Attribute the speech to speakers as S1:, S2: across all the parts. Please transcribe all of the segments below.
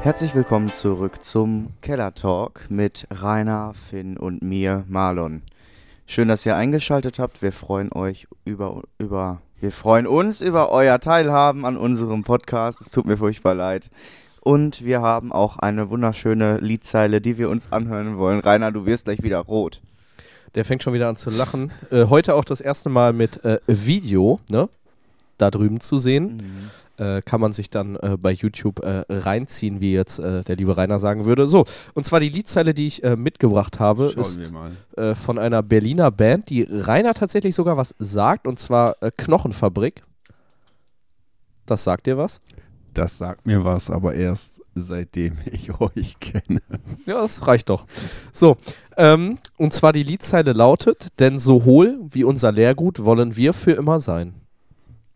S1: Herzlich willkommen zurück zum Keller Talk mit Rainer, Finn und mir, Marlon. Schön, dass ihr eingeschaltet habt. Wir freuen euch über, über wir freuen uns über euer Teilhaben an unserem Podcast. Es tut mir furchtbar leid. Und wir haben auch eine wunderschöne Liedzeile, die wir uns anhören wollen. Rainer, du wirst gleich wieder rot.
S2: Der fängt schon wieder an zu lachen. Äh, heute auch das erste Mal mit äh, Video, ne? Da drüben zu
S3: Mhm.
S2: sehen. Äh, kann man sich dann äh, bei YouTube äh, reinziehen, wie jetzt äh, der liebe Rainer sagen würde. So, und zwar die Liedzeile, die ich äh, mitgebracht habe,
S3: Schauen wir
S2: ist
S3: mal.
S2: äh, von einer Berliner Band, die Rainer tatsächlich sogar was sagt, und zwar äh, Knochenfabrik. Das sagt dir was?
S3: Das sagt mir was, aber erst seitdem ich euch kenne.
S2: Ja, das reicht doch. So, ähm, und zwar die Liedzeile lautet: Denn so hohl wie unser Lehrgut wollen wir für immer sein.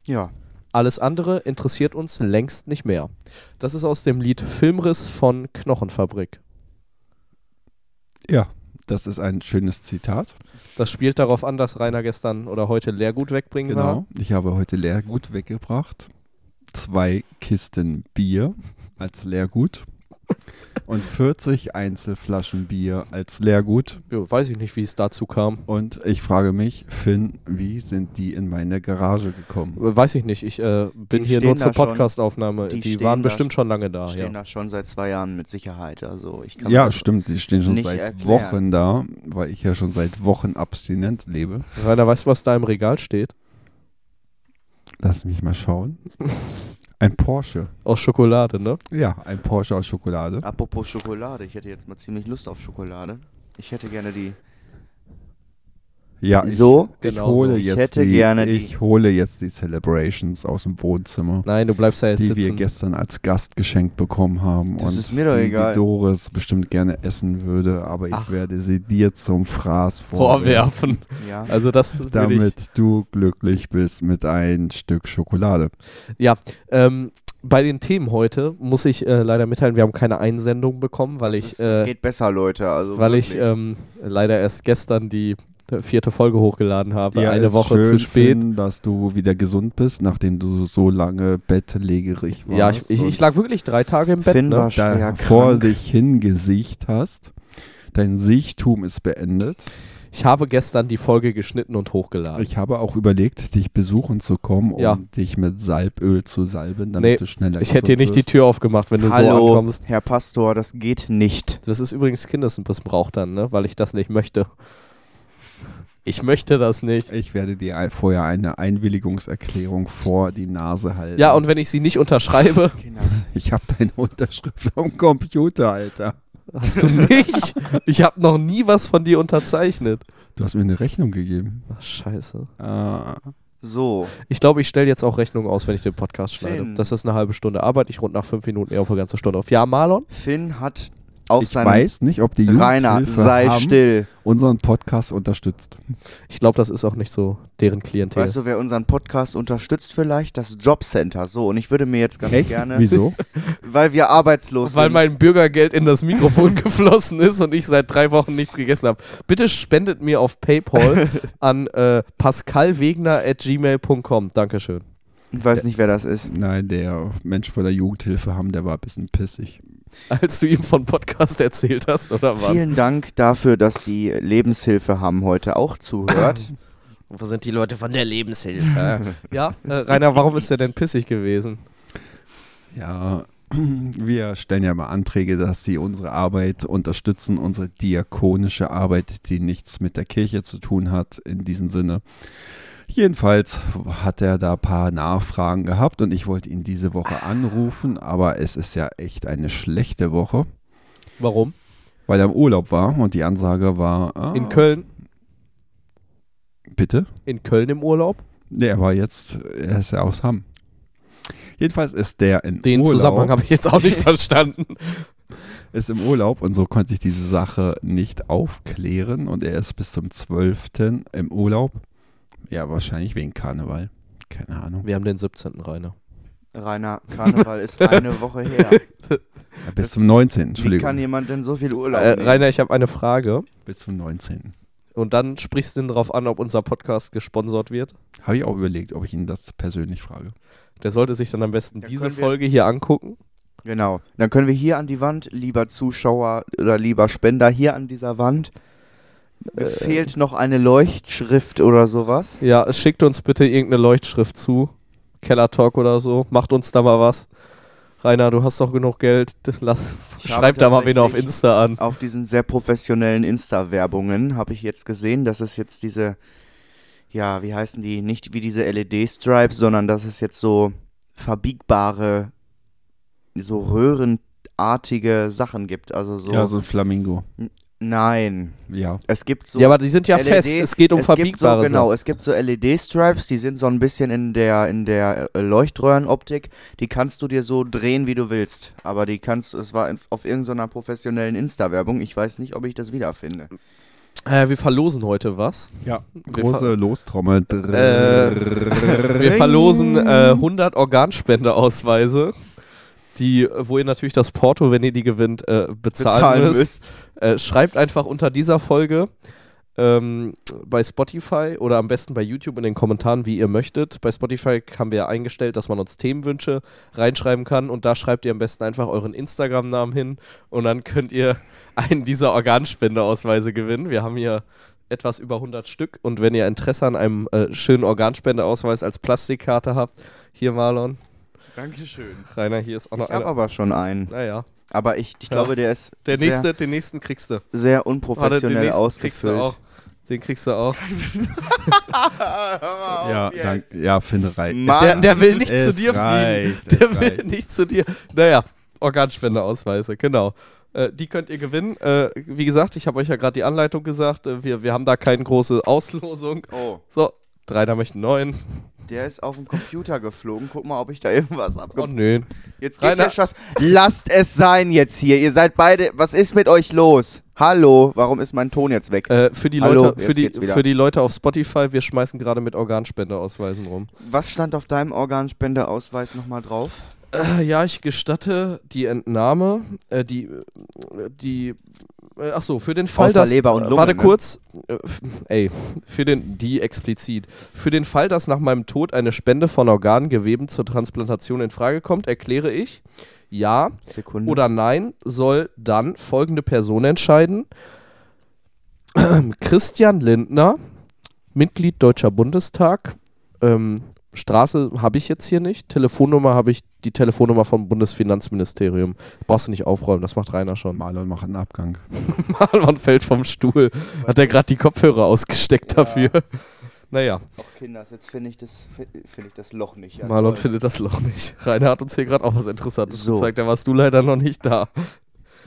S1: Ja.
S2: Alles andere interessiert uns längst nicht mehr. Das ist aus dem Lied Filmriss von Knochenfabrik.
S3: Ja, das ist ein schönes Zitat.
S2: Das spielt darauf an, dass Rainer gestern oder heute Lehrgut wegbringen war.
S3: Genau. Ich habe heute Leergut weggebracht. Zwei Kisten Bier als Leergut. Und 40 Einzelflaschen Bier als Leergut.
S2: Ja, weiß ich nicht, wie es dazu kam.
S3: Und ich frage mich, Finn, wie sind die in meine Garage gekommen?
S2: Weiß ich nicht. Ich äh, bin
S1: Die
S2: hier
S1: stehen
S2: nur zur
S1: da schon.
S2: Podcastaufnahme.
S1: Die
S2: Die,
S1: stehen da
S2: waren bestimmt
S1: sch-
S2: schon lange da.
S1: Stehen
S2: Ah, Ja.
S1: da schon seit zwei Jahren mit Sicherheit. Also ich kann
S3: Ja,
S1: das-
S3: stimmt, die stehen schon
S1: nicht
S3: seit
S1: erklären.
S3: Wochen da, weil ich ja schon seit Wochen abstinent lebe.
S2: Rainer, weißt du, was da im Regal steht?
S3: Lass mich mal schauen. Ein Porsche.
S2: Aus Schokolade, ne?
S3: Ja, ein Porsche aus Schokolade.
S1: Apropos Schokolade, ich hätte jetzt mal ziemlich Lust auf Schokolade. Ich hätte gerne die.
S3: Ja, ich,
S1: So?
S3: ich
S2: Genau
S3: hole
S2: so.
S1: Ich
S3: jetzt
S1: hätte
S3: die,
S1: gerne die-
S3: ich hole jetzt die Celebrations aus dem Wohnzimmer,
S2: Nein, du bleibst da jetzt
S3: die wir
S2: sitzen.
S3: gestern als Gastgeschenk bekommen haben
S1: Das
S3: und
S1: ist mir doch
S3: die,
S1: egal.
S3: die Doris bestimmt gerne essen würde, aber ich
S2: Ach.
S3: werde sie dir zum Fraß
S2: Vorwerfen.
S3: vorwerfen,
S1: Ja.
S2: Also das würde ich,
S3: damit du glücklich bist mit ein Stück Schokolade.
S2: Ja, ähm, bei den Themen heute muss ich äh, leider mitteilen, wir haben keine Einsendung bekommen, weil
S1: Das
S2: ich,
S1: ist, das
S2: äh,
S1: geht besser, Leute. Also
S2: weil ich
S1: wirklich.
S2: ähm, leider erst gestern die vierte Folge hochgeladen habe,
S3: Ja,
S2: eine
S3: ist
S2: Woche
S3: schön,
S2: zu spät.
S3: Finn, dass du wieder gesund bist, nachdem du so lange bettlägerig warst.
S2: Ja, ich, ich,
S3: und
S2: ich lag wirklich drei Tage im Bett.
S1: Finn
S2: ne?
S1: war schwer
S3: da
S1: krank.
S3: vor dich hingesicht hast. Dein Sichtum ist beendet.
S2: Ich habe gestern die Folge geschnitten und hochgeladen.
S3: Ich habe auch überlegt, dich besuchen zu kommen, um
S2: Ja.
S3: dich mit Salböl zu salben, damit
S2: Nee,
S3: du schneller
S2: Ich, hätte dir nicht die Tür aufgemacht, wenn du äh, so
S1: Hallo,
S2: ankommst.
S1: Herr Pastor, das geht nicht.
S2: Das ist übrigens Kindesmissbrauch dann, ne? weil ich das nicht möchte. Ich möchte das nicht.
S3: Ich werde dir ein- vorher eine Einwilligungserklärung vor die Nase halten.
S2: Ja, und wenn ich sie nicht unterschreibe,
S3: ich habe deine Unterschrift am Computer, Alter.
S2: hast du nicht. Ich habe noch nie was von dir unterzeichnet.
S3: Du hast mir eine Rechnung gegeben.
S2: Ach, scheiße.
S3: Ah,
S1: So,
S2: Ich glaube, ich stelle jetzt auch Rechnung aus, wenn ich den Podcast schneide.
S1: Finn.
S2: Das ist eine halbe Stunde Arbeit. Ich rund nach fünf Minuten eher auf eine ganze Stunde auf. Ja, Marlon?
S1: Finn hat auf
S3: ich
S1: seinem
S3: weiß nicht, ob die
S1: Rainer,
S3: Jugendhilfe
S1: sei
S3: haben
S1: still.
S3: unseren Podcast unterstützt.
S2: Ich glaube, das ist auch nicht so deren Klientel.
S1: Weißt du, wer unseren Podcast unterstützt vielleicht? Das Jobcenter. So, und ich würde mir jetzt ganz
S3: Echt?
S2: Ne?
S1: gerne,
S3: Wieso?
S1: weil wir arbeitslos
S2: Weil
S1: sind.
S2: mein Bürgergeld in das Mikrofon geflossen ist und ich seit drei Wochen nichts gegessen habe. Bitte spendet mir auf PayPal an äh, pascalwegner.gmail.com. Dankeschön.
S1: ich weiß nicht, wer das ist.
S3: Nein, der Mensch von der Jugendhilfe haben, der war ein bisschen pissig.
S2: Als du ihm von Podcast erzählt hast, oder wann?
S1: Vielen Dank dafür, dass die Lebenshilfe haben heute auch zuhört.
S2: Wo sind die Leute von der Lebenshilfe? ja, äh, Rainer, warum ist er denn pissig gewesen?
S3: Ja, wir stellen ja mal Anträge, dass sie unsere Arbeit unterstützen, unsere diakonische Arbeit, die nichts mit der Kirche zu tun hat, in diesem Sinne. Jedenfalls hat er da ein paar Nachfragen gehabt und ich wollte ihn diese Woche anrufen, aber es ist ja echt eine schlechte Woche,
S2: Warum?
S3: weil er im Urlaub war und die Ansage war, ah,
S2: In Köln?
S3: bitte?
S2: In Köln im Urlaub?
S3: Nee, er war jetzt, er ist ja aus Hamm. Jedenfalls ist der in
S2: Den
S3: Urlaub.
S2: Zusammenhang habe ich jetzt auch nicht verstanden.
S3: ist im Urlaub und so konnte ich diese Sache nicht aufklären und er ist bis zum 12. im Urlaub. Ja, wahrscheinlich wegen Karneval. Keine Ahnung.
S2: Wir haben den 17. Rainer.
S1: Rainer, Karneval ist eine Woche her.
S3: Ja, bis
S1: Das-
S3: zum 19.
S1: Wie kann
S3: Entschuldigung.
S1: jemand denn so viel Urlaub
S2: Äh,
S1: nehmen?
S2: Rainer, ich habe eine Frage.
S3: Bis zum 19.
S2: Und dann sprichst du ihn darauf an, ob unser Podcast gesponsert wird.
S3: Habe ich auch überlegt, ob ich ihn das persönlich frage.
S2: Der sollte sich dann am besten
S1: Dann
S2: diese
S1: können wir-
S2: Folge hier angucken
S1: Genau. Dann können wir hier an die Wand, lieber Zuschauer oder lieber Spender, hier an dieser Wand
S2: Äh,
S1: fehlt noch eine Leuchtschrift oder sowas.
S2: Ja, schickt uns bitte irgendeine Leuchtschrift zu. Keller Talk oder so. Macht uns da mal was. Rainer, du hast doch genug Geld. Lass,
S1: Ich habe
S2: schreib da mal wen auf
S1: tatsächlich-
S2: Insta an.
S1: Auf diesen sehr professionellen Insta-Werbungen habe ich jetzt gesehen, dass es jetzt diese, ja, wie heißen die, nicht wie diese LED-Stripes, sondern dass es jetzt so verbiegbare, so röhrenartige Sachen gibt. Also so,
S3: Ja, so ein Flamingo.
S1: nein,
S3: Ja.
S1: es gibt so
S2: ja, aber die sind ja
S1: LED
S2: fest. Es geht um
S1: es
S2: verbiegbare
S1: gibt so, Genau, es gibt so LED-Stripes, die sind so ein bisschen in der, in der äh, Leuchtröhrenoptik. Die kannst du dir so drehen, wie du willst. Aber die kannst es war in, auf irgendeiner professionellen Insta-Werbung. Ich weiß nicht, ob ich das wiederfinde.
S2: Sachen. Äh, wir verlosen heute was.
S3: Ja.
S2: Wir
S3: Große Lostrommel.
S2: Äh, Wir verlosen äh, 100 Organspendeausweise, die, äh, wo ihr natürlich das Porto, wenn ihr die gewinnt, äh, bezahlen, müsst. Äh, schreibt einfach unter dieser Folge ähm, bei Spotify oder am besten bei YouTube in den Kommentaren, wie ihr möchtet. Bei Spotify haben wir eingestellt, dass man uns Themenwünsche reinschreiben kann und da schreibt ihr am besten einfach euren Instagram-Namen hin und dann könnt ihr einen dieser Organspendeausweise gewinnen. Wir haben hier etwas über 100 Stück und wenn ihr Interesse an einem äh, schönen Organspendeausweis als Plastikkarte habt, hier Marlon,
S1: Dankeschön.
S2: Rainer, hier ist auch noch
S1: Ich habe
S2: einer.
S1: aber schon einen.
S2: Naja,
S1: Aber ich, ich
S2: Ja.
S1: glaube, der ist
S2: der
S1: sehr,
S2: nächste, den nächsten kriegst du.
S1: sehr
S2: Warte, den
S1: unprofessionell
S2: nächsten kriegst du
S1: ausgefüllt.
S2: auch. Den kriegst du auch.
S3: ja, dank, ja, Finderei.
S1: Oh, Mann.
S2: Der, der will nicht
S3: Es
S2: zu dir
S3: reicht,
S2: fliegen. Der
S3: es
S2: will
S3: reicht.
S2: nicht zu dir. Naja, Organspendeausweise, genau. Äh, die könnt ihr gewinnen. Äh, wie gesagt, ich habe euch ja gerade die Anleitung gesagt. Äh, wir, wir haben da keine große Auslosung.
S1: Oh,
S2: So, drei, da möchten neun.
S1: der ist auf dem Computer geflogen. Guck mal, ob ich da irgendwas abge
S2: Oh nö.
S1: Jetzt
S2: Rainer-
S1: geht der Schuss. Lasst es sein jetzt hier. Ihr seid beide. Was ist mit euch los? Hallo, warum ist mein Ton jetzt weg?
S2: Äh, für, die
S1: Hallo,
S2: Leute,
S1: jetzt
S2: für, die,
S1: geht's wieder.
S2: für die Leute auf Spotify, wir schmeißen gerade mit Organspendeausweisen rum.
S1: Was stand auf deinem Organspendeausweis nochmal drauf?
S2: Äh, ja, ich gestatte die Entnahme, äh, die, äh, die, äh, ach so, für den Fall,
S1: Außer
S2: dass,
S1: Leber und Lunge,
S2: warte
S1: ne?
S2: kurz, äh, f- ey, für den, die explizit, für den Fall, dass nach meinem Tod eine Spende von Organgeweben zur Transplantation in Frage kommt, erkläre ich, ja
S1: Sekunde.
S2: oder nein soll dann folgende Person entscheiden. Christian Lindner, Mitglied Deutscher Bundestag. Ähm, Straße habe ich jetzt hier nicht. Telefonnummer habe ich die Telefonnummer vom Bundesfinanzministerium. Brauchst du nicht aufräumen, das macht Rainer schon.
S3: Marlon macht einen Abgang.
S2: Malmann fällt vom Stuhl. Hat er gerade die Kopfhörer ausgesteckt dafür. Naja,
S1: Oh, Kinders, jetzt finde ich, das- fi- find ich das Loch nicht. Ja,
S2: Marlon
S1: toll.
S2: findet das Loch nicht. Rainer hat uns hier gerade auch was Interessantes
S1: So.
S2: gezeigt, da warst du leider noch nicht da.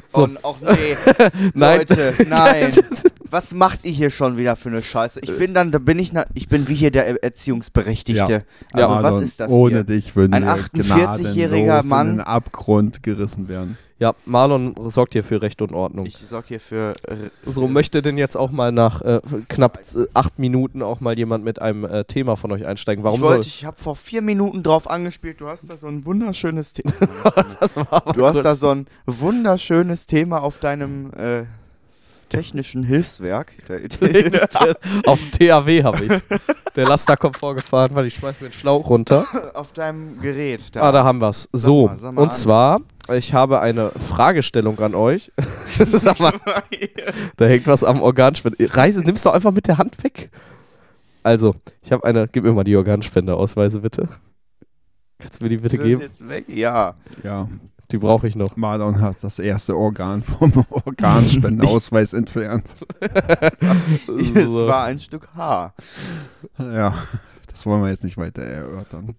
S2: so.
S1: Und auch Oh, nee.
S2: Nein.
S1: Leute, nein. Was macht ihr hier schon wieder für eine Scheiße? Ich bin dann, da bin ich, na, ich bin wie hier der Er- Erziehungsberechtigte.
S2: Ja,
S1: Also was
S3: Marlon,
S1: ist das
S3: Ohne
S1: hier?
S3: dich würden
S1: Ein
S3: wir
S1: 48-jähriger
S3: gnadenlos
S1: Mann.
S3: in den Abgrund gerissen werden.
S2: Ja, Marlon sorgt hier für Recht und Ordnung.
S1: Ich sorge hier für. äh,
S2: so möchte denn jetzt auch mal nach äh, knapp äh, acht Minuten auch mal jemand mit einem äh, Thema von euch einsteigen. Warum
S1: ich
S2: soll
S1: wollte, ich habe vor vier Minuten drauf angespielt. Du hast da so ein wunderschönes Thema.
S2: das war aber
S1: Du hast da
S2: kurz.
S1: so ein wunderschönes Thema auf deinem äh, technischen Hilfswerk.
S2: auf THW habe ich's. Der Laster kommt vorgefahren, weil ich schmeiß mir den Schlauch runter.
S1: auf deinem Gerät.
S2: Ah, da haben wir's. So,
S1: mal, sag mal
S2: und
S1: an.
S2: zwar, ich habe eine Fragestellung an euch. sag mal, da hängt was am Organspende. Reise, nimmst du einfach mit der Hand weg. Also, ich habe eine, gib mir mal die Organspendeausweise bitte. Kannst du mir die bitte
S1: Sind
S2: geben?
S1: jetzt weg? Ja.
S3: Ja,
S2: Die brauche ich noch.
S3: Marlon hat das erste Organ vom Organspendeausweis entfernt.
S1: Es
S2: So.
S1: war ein Stück Haar.
S3: Ja, das wollen wir jetzt nicht weiter erörtern.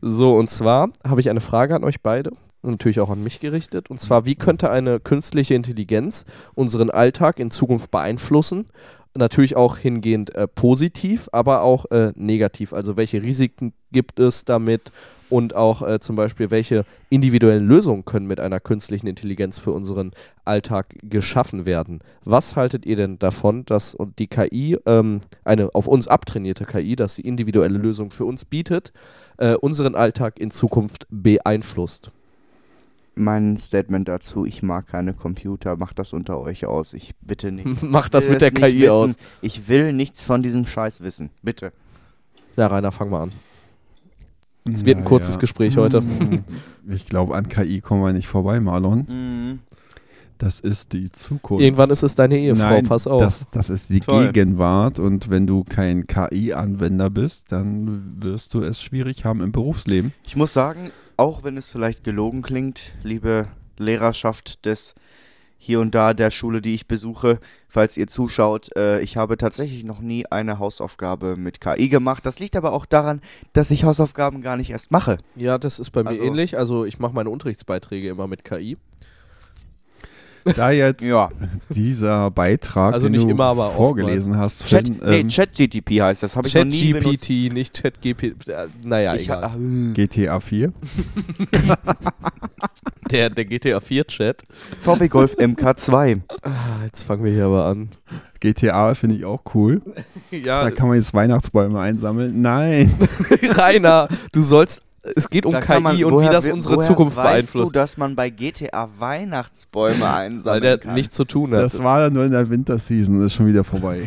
S2: So, und zwar habe ich eine Frage an euch beide, und natürlich auch an mich gerichtet. Und zwar, wie könnte eine künstliche Intelligenz unseren Alltag in Zukunft beeinflussen? Natürlich auch hingehend äh, positiv, aber auch äh, negativ. Also welche Risiken gibt es damit und auch äh, zum Beispiel, welche individuellen Lösungen können mit einer künstlichen Intelligenz für unseren Alltag geschaffen werden? Was haltet ihr denn davon, dass und die KI, ähm, eine auf uns abtrainierte KI, dass sie individuelle Lösungen für uns bietet äh, unseren Alltag in Zukunft beeinflusst.
S1: Mein Statement dazu: Ich mag keine Computer. Macht das unter euch aus. Ich bitte nicht.
S2: Macht das
S1: Ich will
S2: mit der
S1: nicht
S2: KI
S1: wissen.
S2: aus.
S1: Ich will nichts von diesem Scheiß wissen. Bitte.
S2: Na, Rainer, fang mal an. Es wird ein kurzes Gespräch heute.
S3: Hm, Ich glaube, an KI kommen wir nicht vorbei, Marlon.
S1: Mhm.
S3: Das ist die Zukunft.
S2: Irgendwann ist es deine Ehefrau,
S3: Nein,
S2: pass auf.
S3: Das, das ist die
S1: Toll.
S3: Gegenwart und wenn du kein KI-Anwender bist, dann wirst du es schwierig haben im Berufsleben.
S1: Ich muss sagen, auch wenn es vielleicht gelogen klingt, liebe Lehrerschaft des hier und da der Schule, die ich besuche, falls ihr zuschaut, äh, ich habe tatsächlich noch nie eine Hausaufgabe mit KI gemacht. Das liegt aber auch daran, dass ich Hausaufgaben gar nicht erst mache.
S2: ja, das ist bei mir
S1: Also-
S2: ähnlich. Also ich mache meine Unterrichtsbeiträge immer mit KI.
S3: Da jetzt
S1: Ja.
S3: dieser Beitrag,
S2: Also
S3: den
S2: nicht
S3: du
S2: immer, aber
S3: vorgelesen hast,
S1: Chat,
S3: Finn,
S1: nee,
S3: ähm,
S1: ChatGTP heißt das. Habe ich noch nie benutzt.
S2: ChatGPT, nicht ChatGPT. äh, Naja,
S1: Ich
S2: egal.
S1: ha- äh,
S3: GTA 4.
S2: Der, der GTA 4 Chat.
S1: VW Golf MK2.
S2: Ah, jetzt fangen wir hier aber an.
S3: GTA finde ich auch cool.
S2: Ja,
S3: Da kann man jetzt Weihnachtsbäume einsammeln. Nein.
S2: Rainer, du sollst. Es geht um
S1: Da
S2: KI
S1: kann man-
S2: und
S1: woher
S2: wie das
S1: wi-
S2: unsere
S1: woher
S2: Zukunft
S1: weißt
S2: beeinflusst.
S1: du, dass man bei GTA Weihnachtsbäume
S2: weil
S1: einsammeln
S2: der
S1: kann?
S2: nichts zu tun hat.
S3: Das war ja nur in der Winterseason, ist schon wieder vorbei.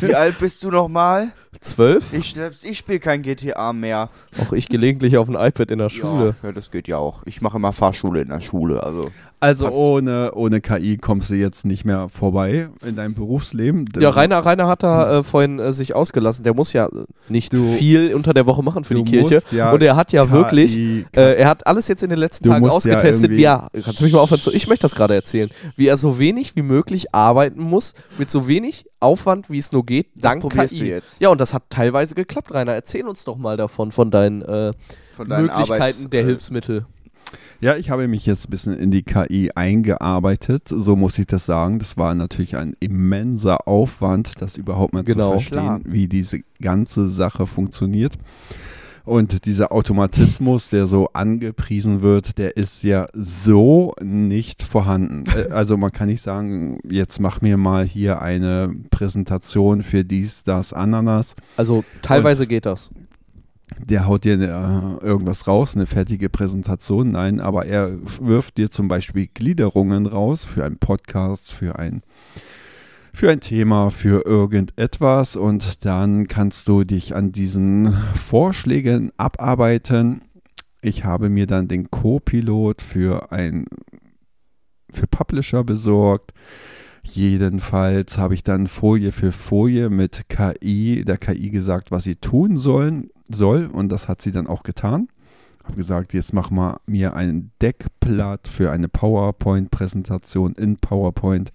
S1: Wie alt bist du nochmal?
S2: Zwölf?
S1: Ich, selbst ich spiele kein GTA mehr.
S2: Auch ich gelegentlich auf dem iPad in der Schule.
S1: Ja, ja, das geht ja auch. Ich mache immer Fahrschule in der Schule. Also
S3: Also
S1: Passt.
S3: ohne, ohne KI kommst du jetzt nicht mehr vorbei in deinem Berufsleben.
S2: Ja, Rainer, Rainer hat da äh, vorhin äh, sich ausgelassen. Der muss ja äh, nicht
S3: Du-
S2: viel unter der Woche machen für
S3: du
S2: die Kirche.
S3: musst ja
S2: und er hat ja
S3: KI
S2: wirklich, äh, er hat alles jetzt in den letzten
S3: Du
S2: Tagen
S3: musst ja
S2: ausgetestet.
S3: irgendwie-
S2: wie er, kannst du mich mal aufhören zu, ich möchte das gerade erzählen, wie er so wenig wie möglich arbeiten muss, mit so wenig Aufwand, wie es nur geht, dank
S1: probierst
S2: KI.
S1: du jetzt.
S2: Ja, und das hat teilweise geklappt, Rainer. Erzähl uns doch mal davon, von deinen, äh,
S1: von
S2: Möglichkeiten
S1: Arbeits-
S2: der
S1: äh,
S2: Hilfsmittel.
S3: Ja, ich habe mich jetzt ein bisschen in die KI eingearbeitet, so muss ich das sagen. Das war natürlich ein immenser Aufwand, das überhaupt mal
S2: Genau.
S3: zu verstehen,
S1: Klar.
S3: wie diese ganze Sache funktioniert. Und dieser Automatismus, der so angepriesen wird, der ist ja so nicht vorhanden. Äh, Also man kann nicht sagen, jetzt mach mir mal hier eine Präsentation für dies, das, Ananas
S2: Also teilweise geht das.
S3: der haut dir äh, irgendwas raus, eine fertige Präsentation, nein, aber er wirft dir zum Beispiel Gliederungen raus für einen Podcast, für ein, für ein Thema, für irgendetwas und dann kannst du dich an diesen Vorschlägen abarbeiten. Ich habe mir dann den Co-Pilot für ein für Publisher besorgt. Jedenfalls habe ich dann Folie für Folie mit KI, der KI gesagt, was sie tun sollen, soll. Und das hat sie dann auch getan. Habe gesagt, jetzt mach mal mir ein Deckblatt für eine PowerPoint-Präsentation in PowerPoint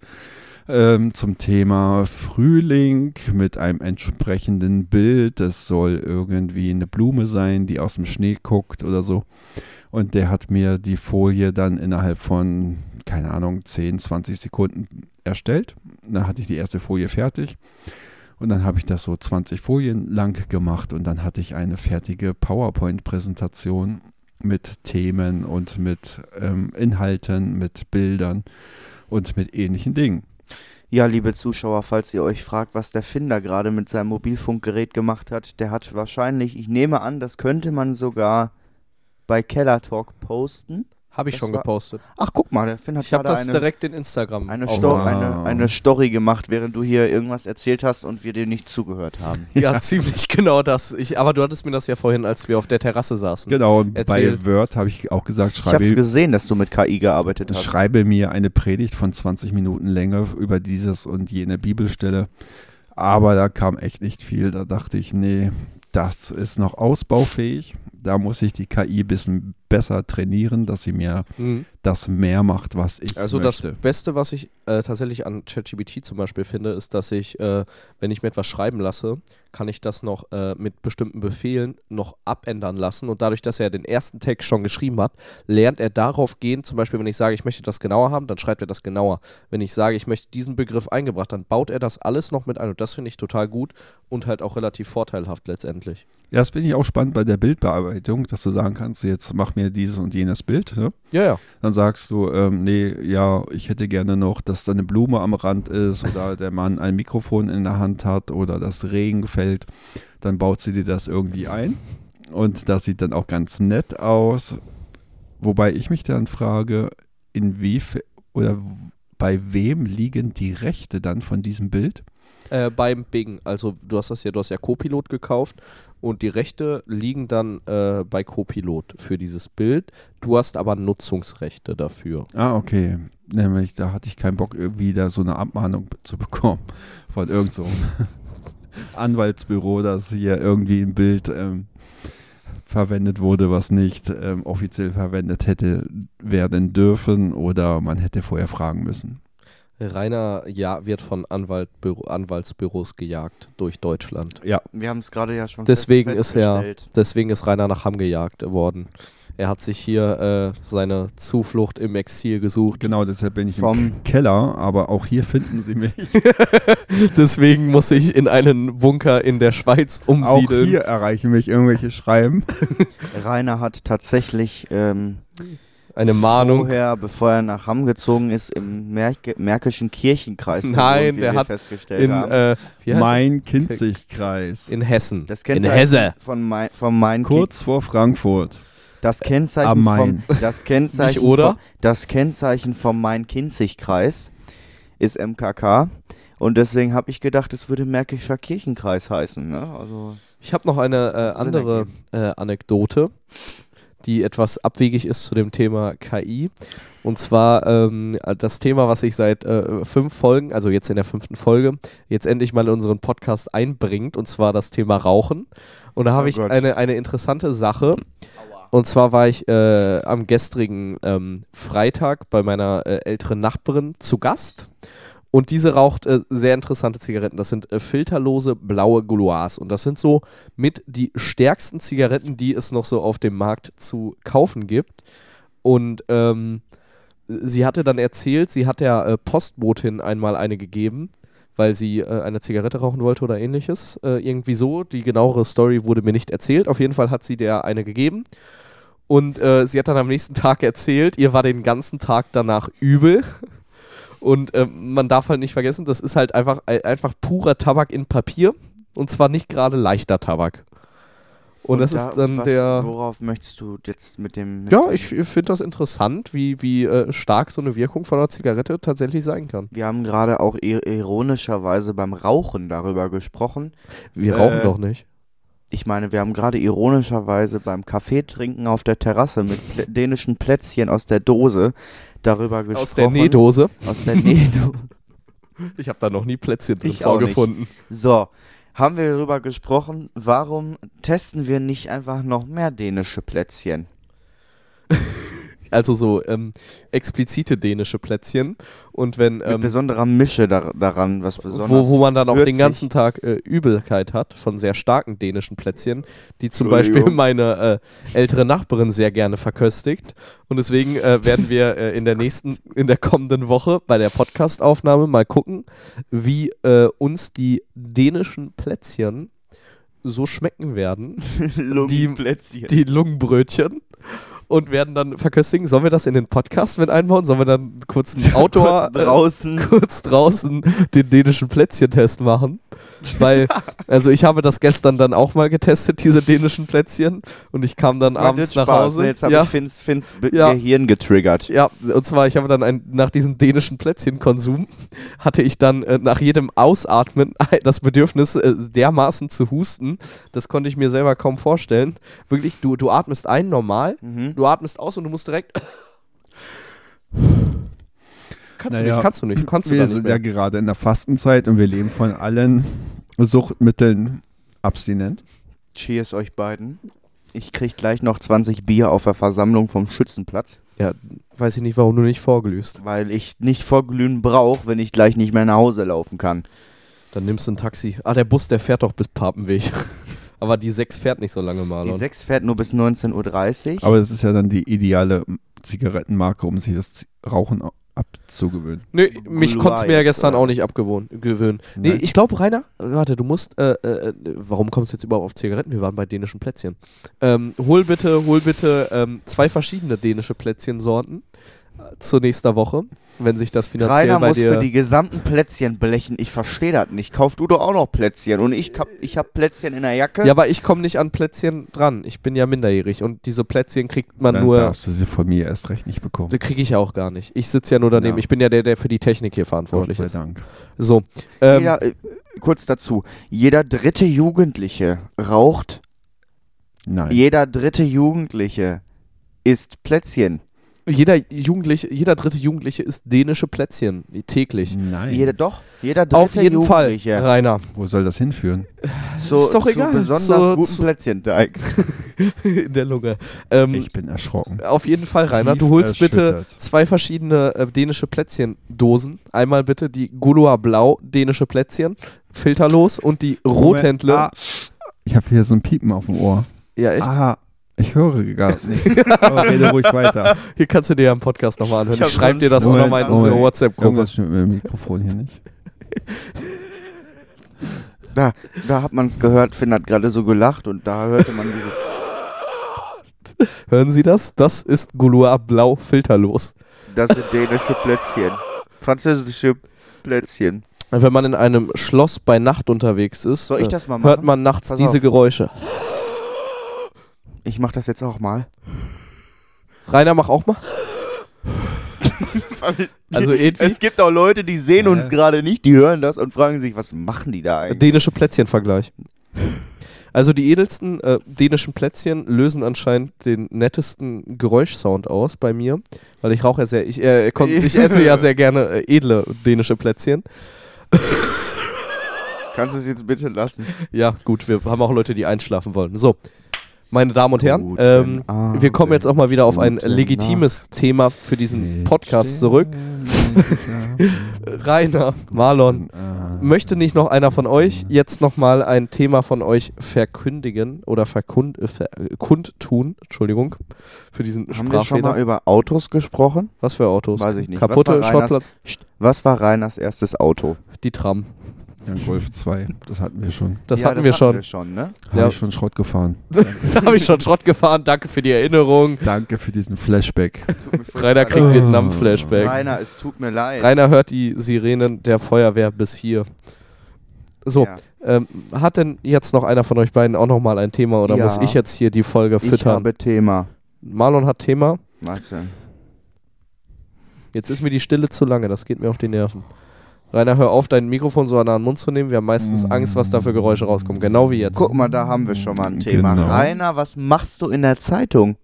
S3: ähm, zum Thema Frühling mit einem entsprechenden Bild. Es soll irgendwie eine Blume sein, die aus dem Schnee guckt oder so. Und der hat mir die Folie dann innerhalb von, keine Ahnung, 10, 20 Sekunden erstellt. Dann hatte ich die erste Folie fertig. Und dann habe ich das so 20 Folien lang gemacht und dann hatte ich eine fertige PowerPoint-Präsentation mit Themen und mit ähm, Inhalten, mit Bildern und mit ähnlichen Dingen.
S1: Ja, liebe Zuschauer, falls ihr euch fragt, was der Finder gerade mit seinem Mobilfunkgerät gemacht hat, der hat wahrscheinlich, ich nehme an, das könnte man sogar bei Keller Talk posten.
S2: Habe ich
S1: Das
S2: schon
S1: war-
S2: gepostet.
S1: Ach, guck mal, der Finder hat
S2: Ich habe
S1: gerade
S2: das
S1: eine,
S2: direkt Oh, in Instagram.
S1: eine,
S2: auf-
S1: Sto
S3: Wow.
S1: eine, eine Story gemacht, während du hier irgendwas erzählt hast und wir dir nicht zugehört haben.
S2: ja, ziemlich genau das. Ich, aber du hattest mir das ja vorhin, als wir auf der Terrasse saßen.
S3: Genau, und
S2: Erzähl.
S3: bei Word habe ich auch gesagt,
S1: Ich habe
S3: schreibe,
S1: es gesehen, dass du mit KI gearbeitet hast.
S3: schreibe mir eine Predigt von 20 Minuten Länge über dieses und jene Bibelstelle. Aber da kam echt nicht viel. Da dachte ich, nee, das ist noch ausbaufähig. Da muss ich die KI ein bisschen besser trainieren, dass sie mir
S2: Mhm.
S3: das mehr macht, was ich
S2: Also
S3: möchte.
S2: das Beste, was ich äh, tatsächlich an ChatGPT zum Beispiel finde, ist, dass ich, äh, wenn ich mir etwas schreiben lasse, kann ich das noch äh, mit bestimmten Befehlen noch abändern lassen. Und dadurch, dass er den ersten Text schon geschrieben hat, lernt er darauf gehen, zum Beispiel, wenn ich sage, ich möchte das genauer haben, dann schreibt er das genauer. Wenn ich sage, ich möchte diesen Begriff eingebracht, dann baut er das alles noch mit ein. Und das finde ich total gut und halt auch relativ vorteilhaft letztendlich.
S3: Ja, das finde ich auch spannend bei der Bildbearbeitung, dass du sagen kannst, jetzt mach mir dieses und jenes Bild. Ne?
S2: Ja, ja.
S3: Dann sagst du, ähm, nee, ja, ich hätte gerne noch, dass da eine Blume am Rand ist oder der Mann ein Mikrofon in der Hand hat oder das Regen fällt. Dann baut sie dir das irgendwie ein und das sieht dann auch ganz nett aus. Wobei ich mich dann frage, inwiefern oder w- bei wem liegen die Rechte dann von diesem Bild?
S2: äh, beim Bing. Also du hast das ja, du hast ja Copilot gekauft und die Rechte liegen dann äh, bei Copilot für dieses Bild. Du hast aber Nutzungsrechte dafür.
S3: Ah, okay. Nämlich, da hatte ich keinen Bock, irgendwie da so eine Abmahnung zu bekommen von irgend so einem Anwaltsbüro, dass hier irgendwie ein Bild ähm, verwendet wurde, was nicht ähm, offiziell verwendet hätte werden dürfen oder man hätte vorher fragen müssen.
S2: Rainer ja, wird von Anwaltbüro, Anwaltsbüros gejagt durch Deutschland.
S3: Ja,
S1: Wir haben es gerade ja schon
S2: Deswegen
S1: fest,
S2: ist er,
S1: festgestellt.
S2: deswegen ist Rainer nach Hamm gejagt worden. Er hat sich hier äh, seine Zuflucht im Exil gesucht.
S3: genau, deshalb bin ich im
S1: Vom-
S3: Ke- Keller, aber auch hier finden sie mich.
S2: Deswegen muss ich in einen Bunker in der Schweiz
S3: auch
S2: umsiedeln.
S3: hier erreichen mich irgendwelche Schreiben.
S1: Rainer hat tatsächlich ähm,
S2: Eine Mahnung.
S1: vorher, bevor er nach Hamm gezogen ist, im Merke, Märkischen Kirchenkreis. gewohnt,
S2: Nein,
S1: wie
S2: der
S1: wir
S2: hat
S1: festgestellt
S2: In,
S1: haben.
S2: äh, wie heißt
S3: mein Kinzig-Kreis.
S2: es? in Hessen.
S1: Das
S2: in
S1: kennst
S3: halt
S1: du
S2: Hesse.
S1: von mein, von meinen
S3: Kurz vor Frankfurt.
S1: Das Kennzeichen
S3: Am
S1: vom
S3: Main.
S1: das Kennzeichen
S2: Nicht oder?
S1: Vom, das Kennzeichen vom Main-Kinzig-Kreis ist MKK und deswegen habe ich gedacht, es würde Märkischer Kirchenkreis heißen. Ne? Also
S2: Ich habe noch eine äh,
S1: Sinn
S2: andere äh, Anekdote, die etwas abwegig ist zu dem Thema KI. Und zwar ähm, das Thema, was ich seit äh, fünf Folgen, also jetzt in der fünften Folge, jetzt endlich mal in unseren Podcast einbringt, und zwar das Thema Rauchen. Und da habe
S1: Oh
S2: ich
S1: Gott.
S2: eine, eine interessante Sache. Und zwar war ich äh, am gestrigen ähm, Freitag bei meiner äh, älteren Nachbarin zu Gast. Und diese raucht äh, sehr interessante Zigaretten. Das sind äh, filterlose blaue Gouloirs. Und das sind so mit die stärksten Zigaretten, die es noch so auf dem Markt zu kaufen gibt. Und ähm, sie hatte dann erzählt, sie hat der äh, Postbotin einmal eine gegeben, weil sie äh, eine Zigarette rauchen wollte oder ähnliches. Äh, irgendwie so. Die genauere Story wurde mir nicht erzählt. Auf jeden Fall hat sie der eine gegeben. Und äh, sie hat dann am nächsten Tag erzählt, ihr war den ganzen Tag danach übel. Und ähm, man darf halt nicht vergessen, das ist halt einfach, ein- einfach purer Tabak in Papier. Und zwar nicht gerade leichter Tabak. Und, das
S1: da-
S2: ist dann
S1: was,
S2: der.
S1: Worauf möchtest du jetzt mit dem? Mit
S2: Ja,
S1: dem,
S2: ich finde das interessant, wie, wie äh, stark so eine Wirkung von einer Zigarette tatsächlich sein kann.
S1: Wir haben gerade auch ir ironischerweise beim Rauchen darüber gesprochen.
S2: Wir
S1: Äh,
S2: rauchen doch nicht.
S1: Ich meine, wir haben gerade ironischerweise beim Kaffee trinken auf der Terrasse mit plä dänischen Plätzchen aus der Dose darüber gesprochen.
S2: Aus der Nähdose.
S1: Aus der Nähdose.
S2: Ich habe da noch nie Plätzchen drin
S1: Ich auch nicht.
S2: vorgefunden.
S1: So, haben wir darüber gesprochen, warum testen wir nicht einfach noch mehr dänische Plätzchen?
S2: Also so ähm, explizite dänische Plätzchen. Und wenn,
S1: Mit
S2: ähm,
S1: besonderer Mische dar daran, was besonders.
S2: wo, wo man dann auch den
S1: würzig-
S2: ganzen Tag äh, Übelkeit hat von sehr starken dänischen Plätzchen, die zum Beispiel
S1: Entschuldigung.
S2: meine äh, ältere Nachbarin sehr gerne verköstigt. Und deswegen äh, werden wir äh, in der nächsten, in der kommenden Woche bei der Podcast-Aufnahme mal gucken, wie äh, uns die dänischen Plätzchen so schmecken werden,
S1: Lungenplätzchen.
S2: die Lungenbrötchen. Und werden dann verköstigen. Sollen wir das in den Podcast mit einbauen? Sollen wir dann kurz einen Outdoor,
S1: Kurz
S2: äh,
S1: draußen.
S2: kurz draußen den dänischen Plätzchentest machen. Weil, also ich habe das gestern dann auch mal getestet, diese dänischen Plätzchen. Und ich kam dann
S1: Das macht
S2: abends
S1: jetzt
S2: nach
S1: Spaß, ne?
S2: Hause.
S1: Jetzt habe
S2: ja,
S1: ich Finns, Finns Be-
S2: Ja.
S1: Gehirn getriggert.
S2: ja, und zwar, ich habe dann ein, nach diesem dänischen Plätzchenkonsum, hatte ich dann äh, nach jedem Ausatmen das Bedürfnis, äh, dermaßen zu husten. Das konnte ich mir selber kaum vorstellen. Wirklich, du, du atmest ein normal,
S1: Mhm.
S2: du atmest aus und du musst direkt. Kannst du
S3: Naja,
S2: nicht, kannst du nicht, kannst du
S3: wir
S2: gar nicht
S3: sind
S2: mehr.
S3: ja gerade in der Fastenzeit und wir leben von allen Suchtmitteln abstinent.
S1: Cheers euch beiden. Ich krieg gleich noch 20 Bier auf der Versammlung vom Schützenplatz,
S2: Ja, weiß ich nicht, warum du nicht vorgelöst.
S1: weil ich nicht vorglühen brauche, wenn ich gleich nicht mehr nach Hause laufen kann.
S2: Dann nimmst du ein Taxi. Ah, der Bus, der fährt doch bis Papenweg. Aber die 6 fährt nicht so lange,
S1: Die
S2: Marlon.
S1: 6 fährt nur bis 19.30 Uhr.
S3: Aber das ist ja dann die ideale Zigarettenmarke, um sich das Z- Rauchen au- abzugewöhnen.
S2: Nö, mich
S1: Gouloir
S2: konntest mir ja
S1: jetzt,
S2: gestern
S1: oder?
S2: auch nicht abgewöhnen.
S1: ne?
S2: Nee,
S3: Nein.
S2: ich glaube, Rainer, warte, du musst, äh, äh, äh, warum kommst du jetzt überhaupt auf Zigaretten? Wir waren bei dänischen Plätzchen. Ähm, hol bitte, hol bitte ähm, zwei verschiedene dänische Plätzchensorten. zu nächster Woche, wenn sich das finanziell
S1: Rainer
S2: bei
S1: muss
S2: dir.
S1: für die gesamten Plätzchen blechen. Ich verstehe das nicht. Kauf du doch auch noch Plätzchen. Und ich hab, ich hab Plätzchen in der Jacke.
S2: ja, aber ich komme nicht an Plätzchen dran. Ich bin ja minderjährig und diese Plätzchen kriegt man
S3: Dann
S2: nur.
S3: darfst du sie von mir erst recht nicht bekommen.
S2: Die kriege ich ja auch gar nicht. Ich sitze ja nur daneben.
S3: Ja.
S2: Ich bin ja der, der für die Technik hier
S3: Gott
S2: verantwortlich
S3: sei
S2: ist.
S3: Dank.
S2: So. Ähm,
S1: jeder, äh, kurz dazu. Jeder dritte Jugendliche raucht.
S3: Nein.
S1: Jeder dritte Jugendliche isst Plätzchen.
S2: Jeder Jugendliche, jeder dritte Jugendliche isst dänische Plätzchen täglich.
S3: Nein.
S1: Jeder, doch. Jeder dritte
S2: Auf jeden Fall, Also
S1: Jugendliche.
S2: Rainer.
S3: Wo soll das hinführen?
S1: Zu,
S2: Ist doch
S1: zu
S2: egal,
S1: besonders
S2: zu-
S1: guten
S2: zu-
S1: Plätzchenteig.
S2: In der Lunge. Ähm,
S3: Ich bin erschrocken.
S2: Auf jeden Fall, Rainer.
S3: Tief
S2: Du holst bitte
S3: erschüttert.
S2: zwei verschiedene äh, dänische Plätzchendosen. Einmal bitte die Gulua Blau dänische Plätzchen, filterlos und die Rothändle.
S3: Ah, ich habe hier so ein Piepen auf dem Ohr.
S2: Ja, echt.
S3: Ah, ich höre gar nicht. Aber rede ruhig weiter.
S2: Hier kannst du dir ja im Podcast nochmal anhören.
S1: Ich
S2: Ich,
S1: hab
S2: schreib
S1: so
S2: dir das auch
S3: Moment,
S2: nochmal in unsere
S3: Moment.
S2: WhatsApp-Gruppe.
S3: Irgendwas stimmt mit dem Mikrofon hier nicht.
S1: Da, da hat man es gehört. Finn hat gerade so gelacht und da hörte man dieses.
S2: Hören Sie das? Das ist Gulua Blau filterlos.
S1: Das sind dänische Plätzchen. Französische Plätzchen.
S2: Wenn man in einem Schloss bei Nacht unterwegs ist,
S1: Soll ich
S2: äh,
S1: das mal machen?
S2: hört man nachts
S1: Pass
S2: diese
S1: auf.
S2: Geräusche.
S1: Ich mach das jetzt auch mal.
S2: Rainer, mach auch mal. Also irgendwie-
S1: es gibt auch Leute, die sehen
S3: Ja.
S1: uns gerade nicht, die hören das und fragen sich, was machen die da eigentlich?
S2: Dänische Plätzchenvergleich. Also die edelsten äh, dänischen Plätzchen lösen anscheinend den nettesten Geräuschsound aus bei mir, weil ich rauche ja sehr, ich, äh, kon- ich esse ja sehr gerne äh, edle dänische Plätzchen.
S1: Kannst du es jetzt bitte lassen?
S2: Ja, gut, wir haben auch Leute, die einschlafen wollen. So, meine Damen und Herren,
S1: Guten
S2: ähm,
S1: Abend.
S2: wir kommen jetzt auch mal wieder auf ein
S1: Gute
S2: legitimes Thema für diesen Podcast zurück. Rainer, Marlon,
S3: Ah,
S2: Möchte nicht noch einer von euch jetzt nochmal ein Thema von euch verkündigen oder verkund, äh, ver, äh, kundtun? Entschuldigung für diesen
S1: Haben wir schon mal
S2: Sprachfehler.
S1: über Autos gesprochen?
S2: Was für Autos?
S1: Weiß ich nicht.
S2: Kaputte
S1: Was war Reiners,
S2: Schrottplatz?
S1: Psst, was war Reiners erstes Auto?
S2: Die Tram.
S3: Ja, Golf 2, das hatten wir schon.
S2: Das
S1: Ja,
S2: hatten wir schon.
S1: ne?
S3: Habe
S2: Ja.
S3: ich schon Schrott gefahren.
S2: da habe ich schon Schrott gefahren. Danke für die Erinnerung.
S3: Danke für diesen Flashback.
S1: Tut mir furchtbar
S2: Rainer
S1: leid.
S2: kriegt
S3: Oh.
S2: Vietnam-Flashbacks.
S1: Rainer, es tut mir leid.
S2: Rainer hört die Sirenen der Feuerwehr bis hier. So,
S1: Ja.
S2: ähm, hat denn jetzt noch einer von euch beiden auch nochmal ein Thema oder
S1: Ja.
S2: muss ich jetzt hier die Folge
S1: Ich
S2: füttern?
S1: habe Thema.
S2: Marlon hat Thema.
S1: Warte.
S2: Jetzt ist mir die Stille zu lange, das geht mir auf die Nerven. Rainer, hör auf, dein Mikrofon so nah an den Mund zu nehmen. Wir haben meistens
S3: Mm.
S2: Angst, was da für Geräusche rauskommen. Genau wie jetzt.
S1: Guck mal, da haben wir schon mal ein Thema.
S3: Genau.
S1: Rainer, was machst du in der Zeitung?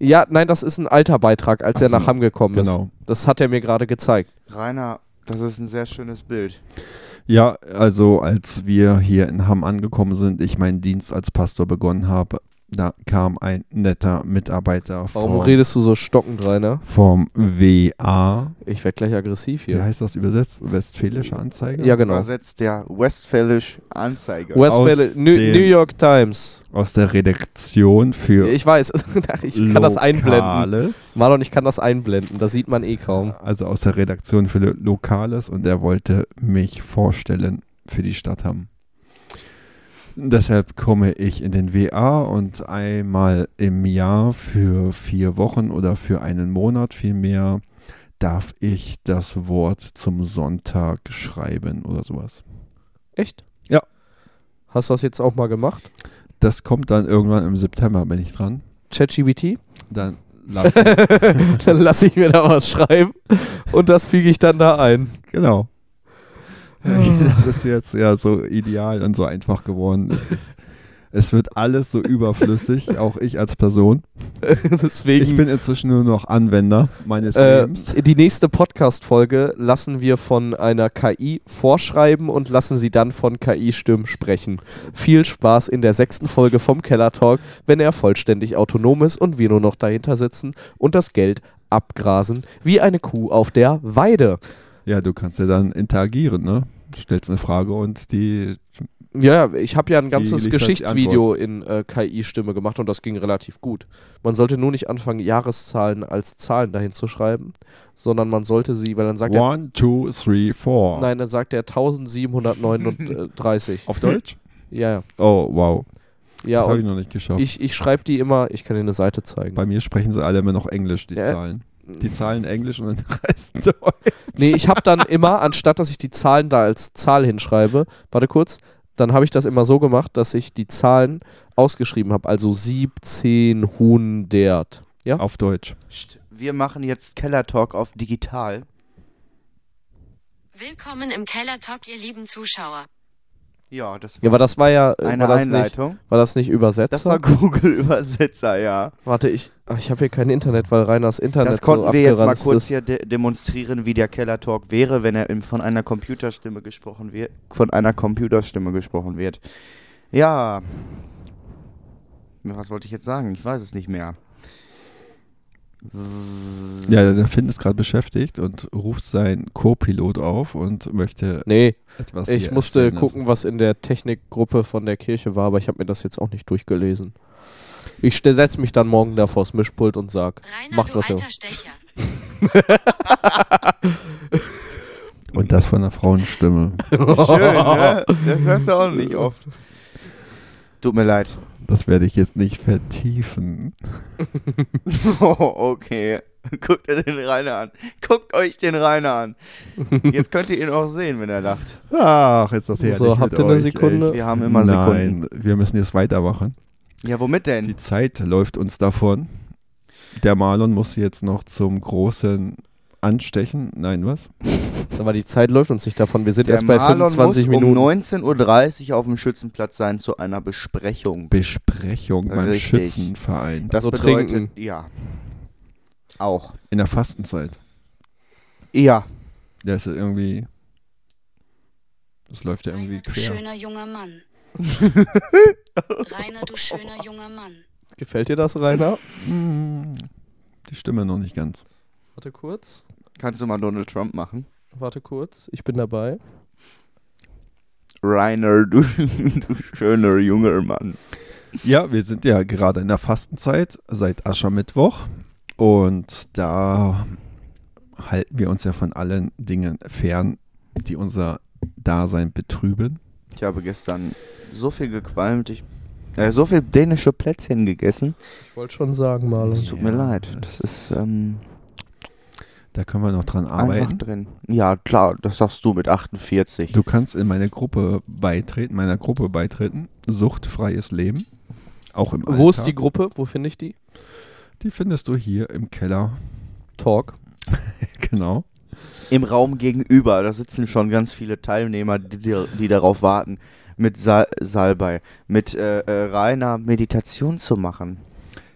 S2: Ja, nein, das ist ein alter Beitrag, als er
S3: Ach so,
S2: nach Hamm gekommen
S3: Genau.
S2: ist. Das hat er mir gerade gezeigt.
S1: Rainer, das ist ein sehr schönes Bild.
S3: Ja, also als wir hier in Hamm angekommen sind, ich meinen Dienst als Pastor begonnen habe, da kam ein netter Mitarbeiter
S2: Warum
S3: vom,
S2: redest du so stockend, Rainer?
S3: vom WA.
S2: Ich werde gleich aggressiv
S3: Wie
S2: hier.
S3: heißt das übersetzt? Westfälische Anzeige?
S2: Ja, genau.
S1: Übersetzt der Westfälisch Anzeiger.
S2: West
S3: Aus
S2: Valley, New,
S3: dem-
S2: New York Times.
S3: Aus der Redaktion für
S2: Ich weiß, Ach, ich kann das einblenden.
S3: Lokales.
S2: Marlon, ich kann das einblenden. Das sieht man eh kaum.
S3: Also aus der Redaktion für Lo- Lokales und er wollte mich vorstellen für die Stadt Hamm. Deshalb komme ich in den WA und einmal im Jahr für vier Wochen oder für einen Monat vielmehr darf ich das Wort zum Sonntag schreiben oder sowas.
S2: Echt?
S3: Ja.
S2: Hast du das jetzt auch mal gemacht?
S3: Das kommt dann irgendwann im September, bin ich dran.
S2: ChatGPT?
S3: Dann lasse
S2: dann lasse ich mir da was schreiben und das füge ich dann da ein.
S3: Genau.
S2: Oh.
S3: Das ist jetzt ja so ideal und so einfach geworden. Es, ist, es wird alles so überflüssig, auch ich als Person. Ich
S2: Deswegen
S3: bin inzwischen nur noch Anwender meines
S2: äh,
S3: Lebens.
S2: die nächste Podcast-Folge lassen wir von einer KI vorschreiben und lassen sie dann von KI-Stimmen sprechen. Viel Spaß in der sechsten Folge vom Keller Talk, wenn er vollständig autonom ist und wir nur noch dahinter sitzen und das Geld abgrasen wie eine Kuh auf der Weide.
S3: Ja, du kannst ja dann interagieren, ne? Stellst eine Frage und die.
S2: Ja, ja, ich habe ja ein ganzes
S3: liefert die
S2: Geschichtsvideo in äh, KI-Stimme gemacht und das ging relativ gut. Man sollte nur nicht anfangen, Jahreszahlen als Zahlen dahin zu schreiben, sondern man sollte sie, weil dann sagt er,
S3: One, two, three, four.
S2: nein, dann sagt er 1739.
S3: Auf Deutsch?
S2: ja, ja.
S3: Oh, wow.
S2: ja
S3: das habe ich
S2: und
S3: noch nicht geschafft.
S2: ich, ich schreibe die immer, ich kann dir eine Seite zeigen.
S3: Bei mir sprechen sie alle immer noch Englisch, die
S2: Ja.
S3: Zahlen. die Zahlen Englisch und den Rest Deutsch.
S2: Nee, ich habe dann immer, anstatt dass ich die Zahlen da als Zahl hinschreibe, warte kurz, dann habe ich das immer so gemacht, dass ich die Zahlen ausgeschrieben habe. Also 17, 100. Ja?
S3: Auf Deutsch.
S1: Psst, Wir machen jetzt Keller Talk auf digital.
S4: Willkommen im Keller Talk, ihr lieben Zuschauer.
S1: Ja, das
S2: Ja, aber das war ja. äh,
S1: eine
S2: war das nicht,
S1: Einleitung.
S2: war das nicht Übersetzer?
S1: das war Google-Übersetzer, ja.
S2: warte, ich. Ach, ich habe hier kein Internet, weil Reiners Internet
S1: Das konnten
S2: so
S1: wir jetzt mal
S2: abgeranzt
S1: kurz
S2: ist.
S1: hier de demonstrieren, wie der Keller Talk wäre, wenn er im- von einer Computerstimme gesprochen wird, von einer Computerstimme gesprochen wird. Ja. Was wollte ich jetzt sagen? Ich weiß es nicht mehr.
S3: Ja, der Finn ist gerade beschäftigt und ruft seinen Co-Pilot auf und möchte
S2: Nee,
S3: etwas.
S2: ich
S3: hier
S2: musste
S3: erstellen lassen.
S2: gucken, was in der Technikgruppe von der Kirche war, aber ich habe mir das jetzt auch nicht durchgelesen. Ich setze mich dann morgen da vors Mischpult und sag,
S4: Rainer,
S2: macht
S4: du
S2: was ihr.
S4: alter Stecher.
S3: Und das von einer Frauenstimme.
S1: Schön, ne? Das hörst du auch nicht oft. Tut mir leid.
S3: Das werde ich jetzt nicht vertiefen.
S1: okay. Guckt ihr den Rainer an. Guckt euch den Rainer an. Jetzt könnt ihr ihn auch sehen, wenn er lacht.
S3: Ach, ist das herrlich.
S2: So,
S3: mit
S2: habt ihr eine
S3: euch,
S2: Sekunde?
S1: Wir haben immer
S3: Nein, wir müssen jetzt weitermachen.
S1: Ja, womit denn?
S3: Die Zeit läuft uns davon. Der Marlon muss jetzt noch zum großen Anstechen. Nein, was?
S2: Sag mal, die Zeit läuft uns nicht davon. Wir sind
S1: Der
S2: erst bei
S1: Marlon
S2: 25
S1: muss
S2: Minuten.
S1: um 19.30 Uhr auf dem Schützenplatz sein zu einer Besprechung.
S3: Besprechung beim
S1: Richtig.
S3: Schützenverein.
S1: Das
S2: So
S1: bedeutet,
S2: trinken.
S1: ja. Auch.
S3: In der Fastenzeit.
S1: Ja.
S3: Der ist ja irgendwie. Das läuft ja irgendwie
S4: du
S3: quer.
S4: schöner junger Mann. Rainer, du schöner junger Mann.
S2: Gefällt dir das, Rainer?
S3: Hm, Die Stimme noch nicht ganz.
S2: Warte kurz.
S1: Kannst du mal Donald Trump machen?
S2: Warte kurz. Ich bin dabei.
S1: Rainer, du, du schöner junger Mann.
S3: Ja, wir sind ja gerade in der Fastenzeit seit Aschermittwoch und da halten wir uns ja von allen Dingen fern, die unser Dasein betrüben.
S1: Ich habe gestern so viel gequalmt, ich, äh, so viel dänische Plätzchen gegessen.
S2: Ich wollte schon sagen,
S1: Es
S2: Marlon.
S1: tut
S3: Ja,
S1: mir leid. Das ist ähm,
S3: Da können wir noch dran
S1: einfach
S3: arbeiten.
S1: drin. Ja, klar, das sagst du mit 48.
S3: Du kannst in meine Gruppe beitreten, meiner Gruppe beitreten. Suchtfreies Leben. Auch im Alltag.
S2: Wo ist die Gruppe? Wo finde ich die?
S3: Die findest du hier im Keller.
S2: Talk.
S3: Genau.
S1: Im Raum gegenüber, da sitzen schon ganz viele Teilnehmer, die, die, die darauf warten, mit Sa Salbei, mit äh, äh, reiner Meditation zu machen.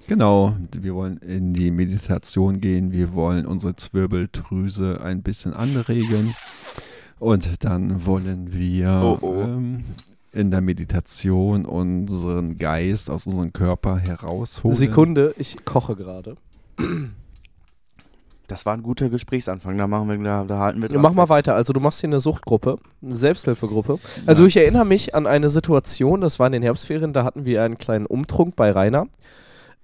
S3: Genau, wir wollen in die Meditation gehen, wir wollen unsere Zwirbeldrüse ein bisschen anregen und dann wollen wir
S1: Oh, oh.
S3: Ähm, in der Meditation unseren Geist aus unserem Körper herausholen.
S2: Sekunde, ich koche gerade.
S1: Das war ein guter Gesprächsanfang, da machen wir, da, da halten wir dran
S2: Mach mal
S1: fest.
S2: weiter. Also du machst hier eine Suchtgruppe, eine Selbsthilfegruppe. Also ich erinnere mich an eine Situation, das war in den Herbstferien, da hatten wir einen kleinen Umtrunk bei Rainer.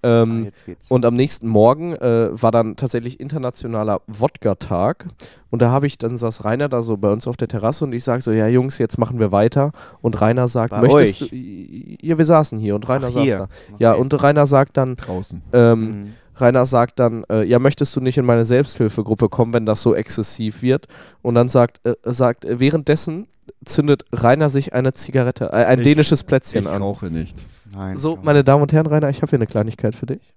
S2: Ähm,
S1: Ah, jetzt geht's.
S2: Und am nächsten Morgen äh, war dann tatsächlich internationaler Wodka-Tag. Und da habe ich, dann saß Rainer da so bei uns auf der Terrasse und ich sage so, ja Jungs, jetzt machen wir weiter. Und Rainer sagt,
S1: Bei
S2: möchtest
S1: euch?
S2: du. Ja, wir saßen hier und Rainer
S1: Ach,
S2: saß
S1: hier.
S2: da. Ja, und Rainer sagt dann,
S3: draußen.
S2: ähm,
S1: Mhm.
S2: Rainer sagt dann, äh, ja, möchtest du nicht in meine Selbsthilfegruppe kommen, wenn das so exzessiv wird? Und dann sagt, äh, sagt, äh, währenddessen zündet Rainer sich eine Zigarette, äh, ein
S3: Ich-
S2: dänisches Plätzchen
S3: Ich
S2: an.
S3: rauche nicht.
S1: Nein,
S2: So,
S1: komm.
S2: meine Damen und Herren, Rainer, ich habe hier eine Kleinigkeit für dich.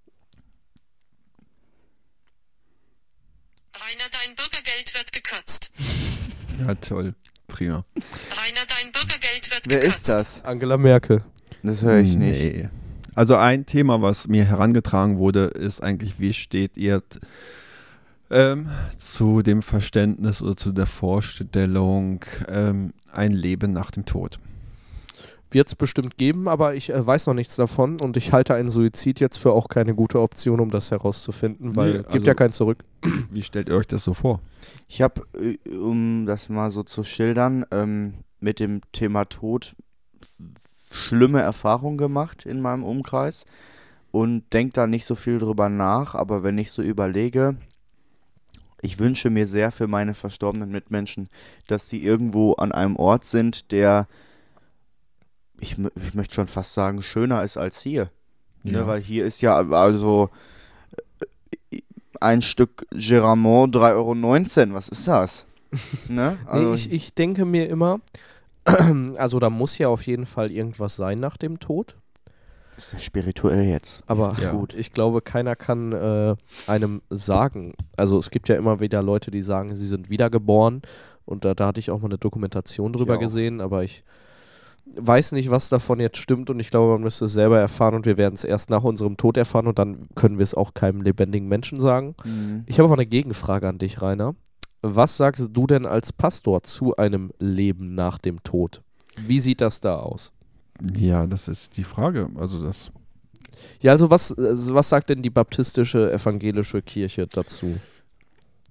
S4: Rainer, dein Bürgergeld wird gekürzt.
S3: Ja, toll. Prima.
S4: Rainer, dein Bürgergeld wird
S1: Wer ist
S4: gekürzt.
S1: das?
S2: Angela Merkel.
S1: Das höre ich nicht.
S3: Nee. Also ein Thema, was mir herangetragen wurde, ist eigentlich, wie steht ihr t- ähm, zu dem Verständnis oder zu der Vorstellung, ähm, ein Leben nach dem Tod?
S2: Wird es bestimmt geben, aber ich äh, weiß noch nichts davon und ich halte einen Suizid jetzt für auch keine gute Option, um das herauszufinden, weil
S3: Nee,
S2: es gibt
S3: also-
S2: ja kein Zurück.
S3: Wie stellt ihr euch das so vor?
S1: Ich habe, um das mal so zu schildern, ähm, mit dem Thema Tod schlimme Erfahrungen gemacht in meinem Umkreis und denke da nicht so viel drüber nach, aber wenn ich so überlege, ich wünsche mir sehr für meine verstorbenen Mitmenschen, dass sie irgendwo an einem Ort sind, der, ich, mö- ich möchte schon fast sagen, schöner ist als hier. Ne, weil hier ist ja, also, äh, ein Stück Geramont 3,19 Euro. Was ist das? ne?
S2: nee, ich, ich denke mir immer, also da muss ja auf jeden Fall irgendwas sein nach dem Tod.
S1: ist das spirituell jetzt.
S2: Aber
S3: Ja.
S2: gut, ich glaube, keiner kann äh, einem sagen. Also es gibt ja immer wieder Leute, die sagen, sie sind wiedergeboren. Und da, da hatte ich auch mal eine Dokumentation drüber
S1: auch.
S2: gesehen, aber ich weiß nicht, was davon jetzt stimmt und ich glaube, man müsste es selber erfahren und wir werden es erst nach unserem Tod erfahren und dann können wir es auch keinem lebendigen Menschen sagen.
S1: Mhm.
S2: Ich habe aber eine Gegenfrage an dich, Rainer. Was sagst du denn als Pastor zu einem Leben nach dem Tod? Wie sieht das da aus?
S3: Ja, das ist die Frage. Also das
S2: Ja, also was, also was sagt denn die baptistische evangelische Kirche dazu?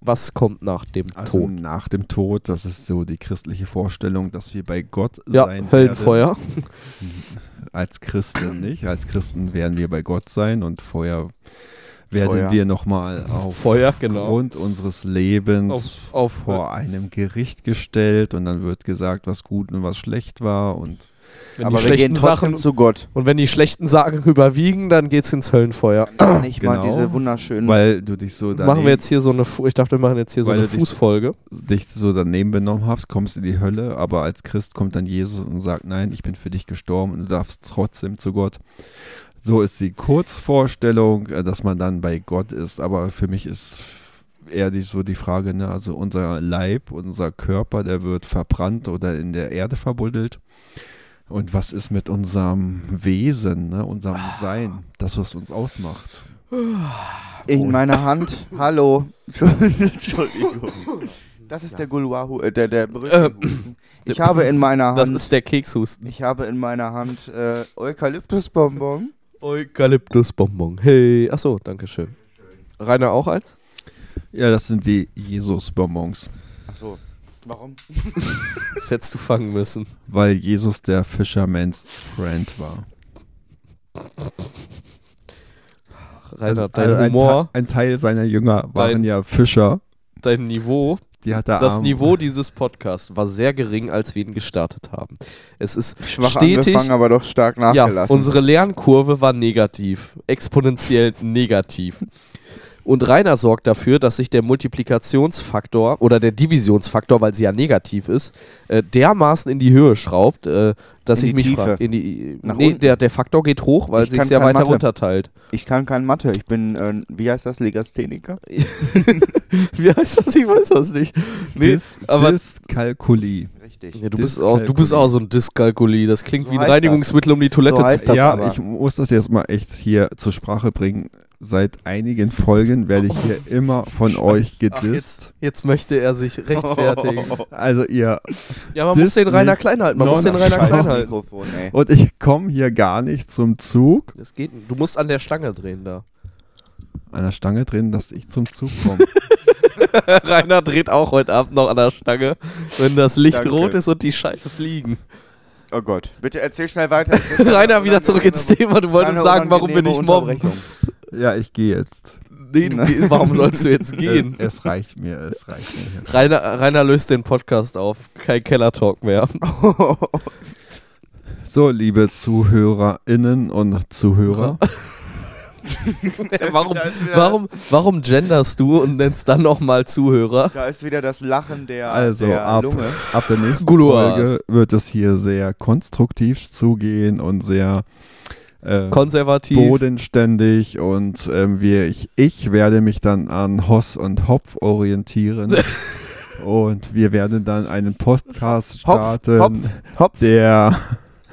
S2: Was kommt nach dem
S3: also
S2: Tod?
S3: nach dem Tod, das ist so die christliche Vorstellung, dass wir bei Gott
S2: Ja,
S3: sein werden.
S2: Höllenfeuer.
S3: Als Christen nicht. Als Christen werden wir bei Gott sein und vorher werden
S1: Feuer.
S3: wir nochmal auf
S2: Feuer, genau.
S3: Grund unseres Lebens
S2: Auf, auf
S3: vor einem Gericht gestellt und dann wird gesagt, was gut und was schlecht war und
S2: wenn
S1: Aber
S2: die
S1: wir gehen
S2: schlechten
S1: trotzdem
S2: Sachen
S1: zu Gott.
S2: und wenn die schlechten Sachen überwiegen, dann geht's ins Höllenfeuer.
S1: Nicht mal
S3: Genau.
S1: diese wunderschönen.
S3: weil du dich so daneben,
S2: Machen wir jetzt hier so eine Fu- ich dachte, wir machen jetzt hier so
S3: Weil
S2: eine
S3: du dich-
S2: Fußfolge.
S3: dich so daneben benommen hast, kommst in die Hölle, aber als Christ kommt dann Jesus und sagt, nein, ich bin für dich gestorben und du darfst trotzdem zu Gott. So ist die Kurzvorstellung, äh, dass man dann bei Gott ist, aber für mich ist eher die, so die Frage, ne, also unser Leib, unser Körper, der wird verbrannt oder in der Erde verbuddelt. Und was ist mit unserem Wesen, ne, unserem Sein, das, was uns ausmacht?
S2: Oh.
S1: In meiner Hand. Hallo. Entschuldigung. Das ist der Gulwahu, äh, der, der Brüstenhusten. Ich habe in meiner
S2: Das
S1: Hand,
S2: ist der Kekshusten.
S1: ich habe in meiner Hand äh, Eukalyptusbonbon.
S2: Eukalyptusbonbon. Hey, ach so, danke schön. Rainer auch als?
S3: Ja, das sind die Jesus-Bonbons.
S1: Achso, warum?
S2: Das hättest du fangen müssen.
S3: weil Jesus der Fisherman's Friend war.
S2: Rainer,
S3: Also,
S2: dein
S3: also ein,
S2: Humor,
S3: Te- ein Teil seiner Jünger waren
S2: Dein-
S3: ja Fischer.
S2: dein Niveau,
S3: Die hat er
S2: das
S3: arm-
S2: Niveau dieses Podcasts war sehr gering, als wir ihn gestartet haben. Es ist
S1: Schwach
S2: stetig,
S1: angefangen, aber doch stark
S2: ja,
S1: nachgelassen.
S2: unsere Lernkurve war negativ, exponentiell negativ. Und Rainer sorgt dafür, dass sich der Multiplikationsfaktor oder der Divisionsfaktor, weil sie ja negativ ist, äh, dermaßen in die Höhe schraubt, äh, dass
S1: In
S2: ich
S1: die
S2: mich
S1: Tiefe.
S2: frage, in die,
S1: Nach
S2: nee,
S1: unten.
S2: der, der Faktor geht hoch, weil
S1: Ich
S2: sich
S1: kann
S2: ja
S1: kein
S2: weiter
S1: Mathe.
S2: runterteilt.
S1: ich kann kein Mathe. Ich bin, äh, wie heißt das, Legastheniker?
S2: Wie heißt das? Ich weiß das nicht. Nee,
S3: Dis,
S2: aber-
S3: Dyskalkulie.
S1: Richtig.
S2: Ja, du, bist auch, du bist auch so ein Dyskalkuli. Das klingt
S1: So
S2: wie ein
S1: heißt das.
S2: Reinigungsmittel, um die Toilette
S1: So
S2: zu
S1: heißt das
S3: ja,
S1: aber.
S3: ich muss das jetzt mal echt hier zur Sprache bringen. Seit einigen Folgen werde ich hier immer von euch
S2: Oh, Ach,
S3: gedisst.
S2: jetzt, jetzt möchte er sich
S1: Oh.
S2: rechtfertigen.
S3: also ihr
S2: Ja, man
S3: Dis
S2: muss den Rainer
S3: nicht.
S2: klein halten. Man
S3: Non-
S2: muss den Rainer
S3: Scheiß.
S2: klein halten.
S1: Mikrofon, ey.
S3: und ich komme hier gar nicht zum Zug.
S2: Das geht nicht. Du musst an der Stange drehen da.
S3: An der Stange drin, dass ich zum Zug komme.
S2: Rainer dreht auch heute Abend noch an der Stange, wenn das Licht
S1: Danke.
S2: rot ist und die Scheiben fliegen.
S1: Oh Gott. Bitte erzähl schnell weiter.
S2: Rainer, wieder zurück ins Thema. Du wolltest
S1: Eine
S2: sagen, warum wir nicht mobben.
S1: Unterbrechung.
S3: ja, ich gehe jetzt. Äh,
S2: Nee, du, geh- warum sollst du jetzt gehen?
S3: Es, es reicht mir, es reicht mir. hier.
S2: Rainer, Rainer löst den Podcast auf. Kein Keller-Talk mehr.
S3: So, liebe ZuhörerInnen und Zuhörer,
S2: warum,
S1: Da ist wieder-
S2: warum, warum genderst du und nennst dann nochmal Zuhörer?
S1: Da ist wieder das Lachen der,
S3: also
S1: der
S3: ab,
S1: Lunge.
S3: ab der nächsten
S2: Guluas.
S3: Folge wird es hier sehr konstruktiv zugehen und sehr äh,
S2: Konservativ.
S3: bodenständig und ähm, wir, ich, ich werde mich dann an Hoss und Hopf orientieren und wir werden dann einen Podcast
S1: Hopf,
S3: starten,
S1: Hopf, Hopf.
S3: der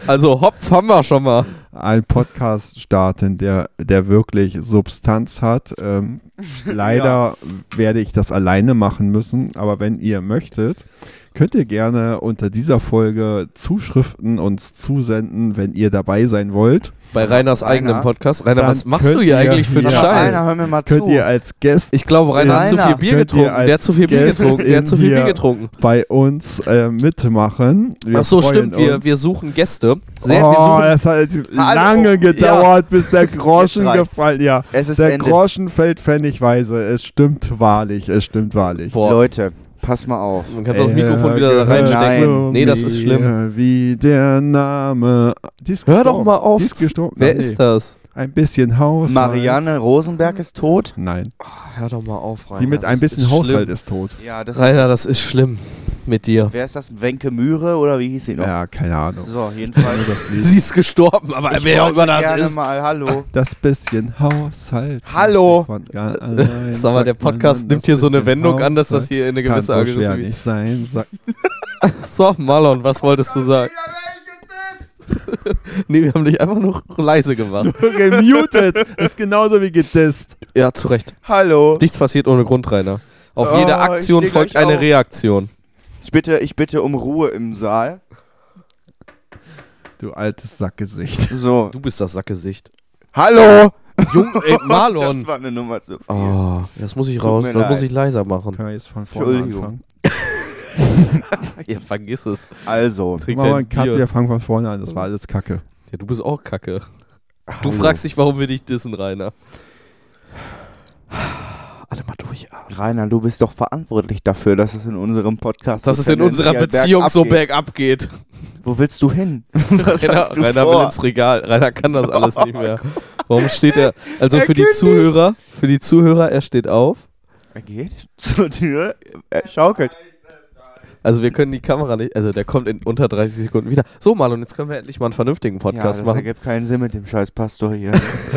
S2: Also Hopf haben wir schon mal.
S3: einen Podcast starten, der, der wirklich Substanz hat. Ähm, leider werde ich das alleine machen müssen, aber wenn ihr möchtet, könnt ihr gerne unter dieser Folge Zuschriften uns zusenden, wenn ihr dabei sein wollt.
S2: Bei Reiners
S1: Rainer,
S2: eigenem Podcast. Rainer,
S3: dann
S2: was machst du
S3: könnt
S2: hier
S3: ihr
S2: eigentlich für einen
S3: hier-
S1: Sag mal,
S2: Scheiß?
S1: Rainer, hör mir mal
S3: Könnt
S1: zu.
S3: ihr als Gast
S2: Ich glaube, Rainer hat zu
S1: Rainer,
S2: viel Bier
S3: könnt ihr
S2: getrunken. Der hat
S3: als
S2: zu viel Bier
S3: Gäste
S2: getrunken. Der
S3: in
S2: hat zu viel Bier
S3: hier-
S2: getrunken.
S3: bei uns äh, mitmachen. Wir
S2: Ach so,
S3: freuen
S2: stimmt. Wir,
S3: uns.
S2: wir suchen Gäste. Sehr, wir
S3: oh,
S2: suchen,
S3: das hat lange gedauert, bis der Groschen
S1: Jetzt reicht's.
S3: gefallen. Ja,
S1: Es ist
S3: der
S1: Ende.
S3: Groschen fällt pfennigweise. Es stimmt wahrlich, es stimmt wahrlich.
S2: boah,
S1: Leute, pass mal auf.
S2: man kann das
S3: Äh,
S2: Mikrofon wieder da
S3: gehört
S2: reinstecken.
S3: zu
S2: Nee, das ist schlimm.
S3: mir Wie der Name. Die ist
S2: Hör doch
S3: gestorben.
S2: mal auf.
S3: Die ist gestorben.
S2: Wer
S3: Ah, nee.
S2: ist das?
S3: ein bisschen Haus.
S1: Marianne Rosenberg ist tot.
S3: Nein,
S2: Hör doch mal auf, Rainer.
S3: die mit ein
S2: das
S3: bisschen
S2: ist
S3: Haushalt
S2: schlimm.
S3: ist tot.
S1: Ja, das
S2: Rainer, das ist schlimm mit dir.
S1: Wer ist das? Wenke Mühre oder wie hieß sie noch?
S3: Ja, keine Ahnung.
S1: So, jedenfalls.
S2: Sie ist gestorben, aber
S1: Ich
S2: wer auch immer
S1: wollte
S2: das
S1: gerne
S2: ist.
S1: mal Hallo.
S3: Das bisschen Haushalt.
S1: Hallo.
S3: Von ganz allein
S2: Sag mal, der
S3: sagt man,
S2: Podcast
S3: das
S2: nimmt hier so eine
S3: bisschen
S2: Wendung an, dass das
S3: Haushalt
S2: hier in eine
S3: kann
S2: gewisse
S3: so schwer
S2: Aggressivität.
S3: nicht sein. Sag,
S2: So, Marlon, was wolltest du sagen? nee, wir haben dich einfach nur leise gemacht.
S3: gemutet. Ist genauso wie gedisst.
S2: ja, zu Recht.
S1: Hallo.
S2: Nichts passiert ohne Grund, Rainer. Auf
S1: Oh,
S2: jede
S1: ich
S2: Aktion
S1: steh
S2: folgt
S1: gleich
S2: eine
S1: auf.
S2: Reaktion.
S1: Ich bitte, ich bitte um Ruhe im Saal.
S3: Du altes Sackgesicht.
S1: So.
S2: Du bist das Sackgesicht.
S1: Hallo.
S2: Jung, ey,
S1: Das
S2: Marlon.
S1: war eine Nummer zu viel.
S2: Oh, das muss ich
S1: Tut
S2: raus,
S1: mir
S2: das muss
S1: leid.
S2: ich leiser machen.
S3: Können wir jetzt von vorne
S1: Entschuldigung.
S3: anfangen?
S2: Ja, vergiss es.
S1: Also.
S2: Trink
S3: Machen wir einen
S2: dein
S3: Cut,
S2: Bier.
S3: wir fangen von vorne an. Das war alles Kacke.
S2: Ja, du bist auch kacke. Du fragst dich, warum wir dich dissen, Rainer. Alle mal durchatmen.
S1: Rainer, du bist doch verantwortlich dafür, dass es in unserem Podcast
S2: Dass
S1: so
S2: es in unserer
S1: tendenziell
S2: Beziehung
S1: bergab
S2: so
S1: geht.
S2: bergab geht.
S1: Wo willst du hin? Was
S2: Rainer,
S1: hast du
S2: Rainer
S1: vor? Oh
S2: will ins Regal. Rainer kann das alles nicht mehr. Warum steht er? Also
S1: Er
S2: für die
S1: kündigt.
S2: Zuhörer, für die Zuhörer, er steht auf.
S1: Er geht zur Tür, er schaukelt.
S2: Also wir können die Kamera nicht, also der kommt in unter 30 Sekunden wieder. So Marlon, jetzt können wir endlich mal einen vernünftigen
S1: ja, das
S2: Podcast machen.
S1: ergibt keinen Sinn mit dem scheiß Pastor hier.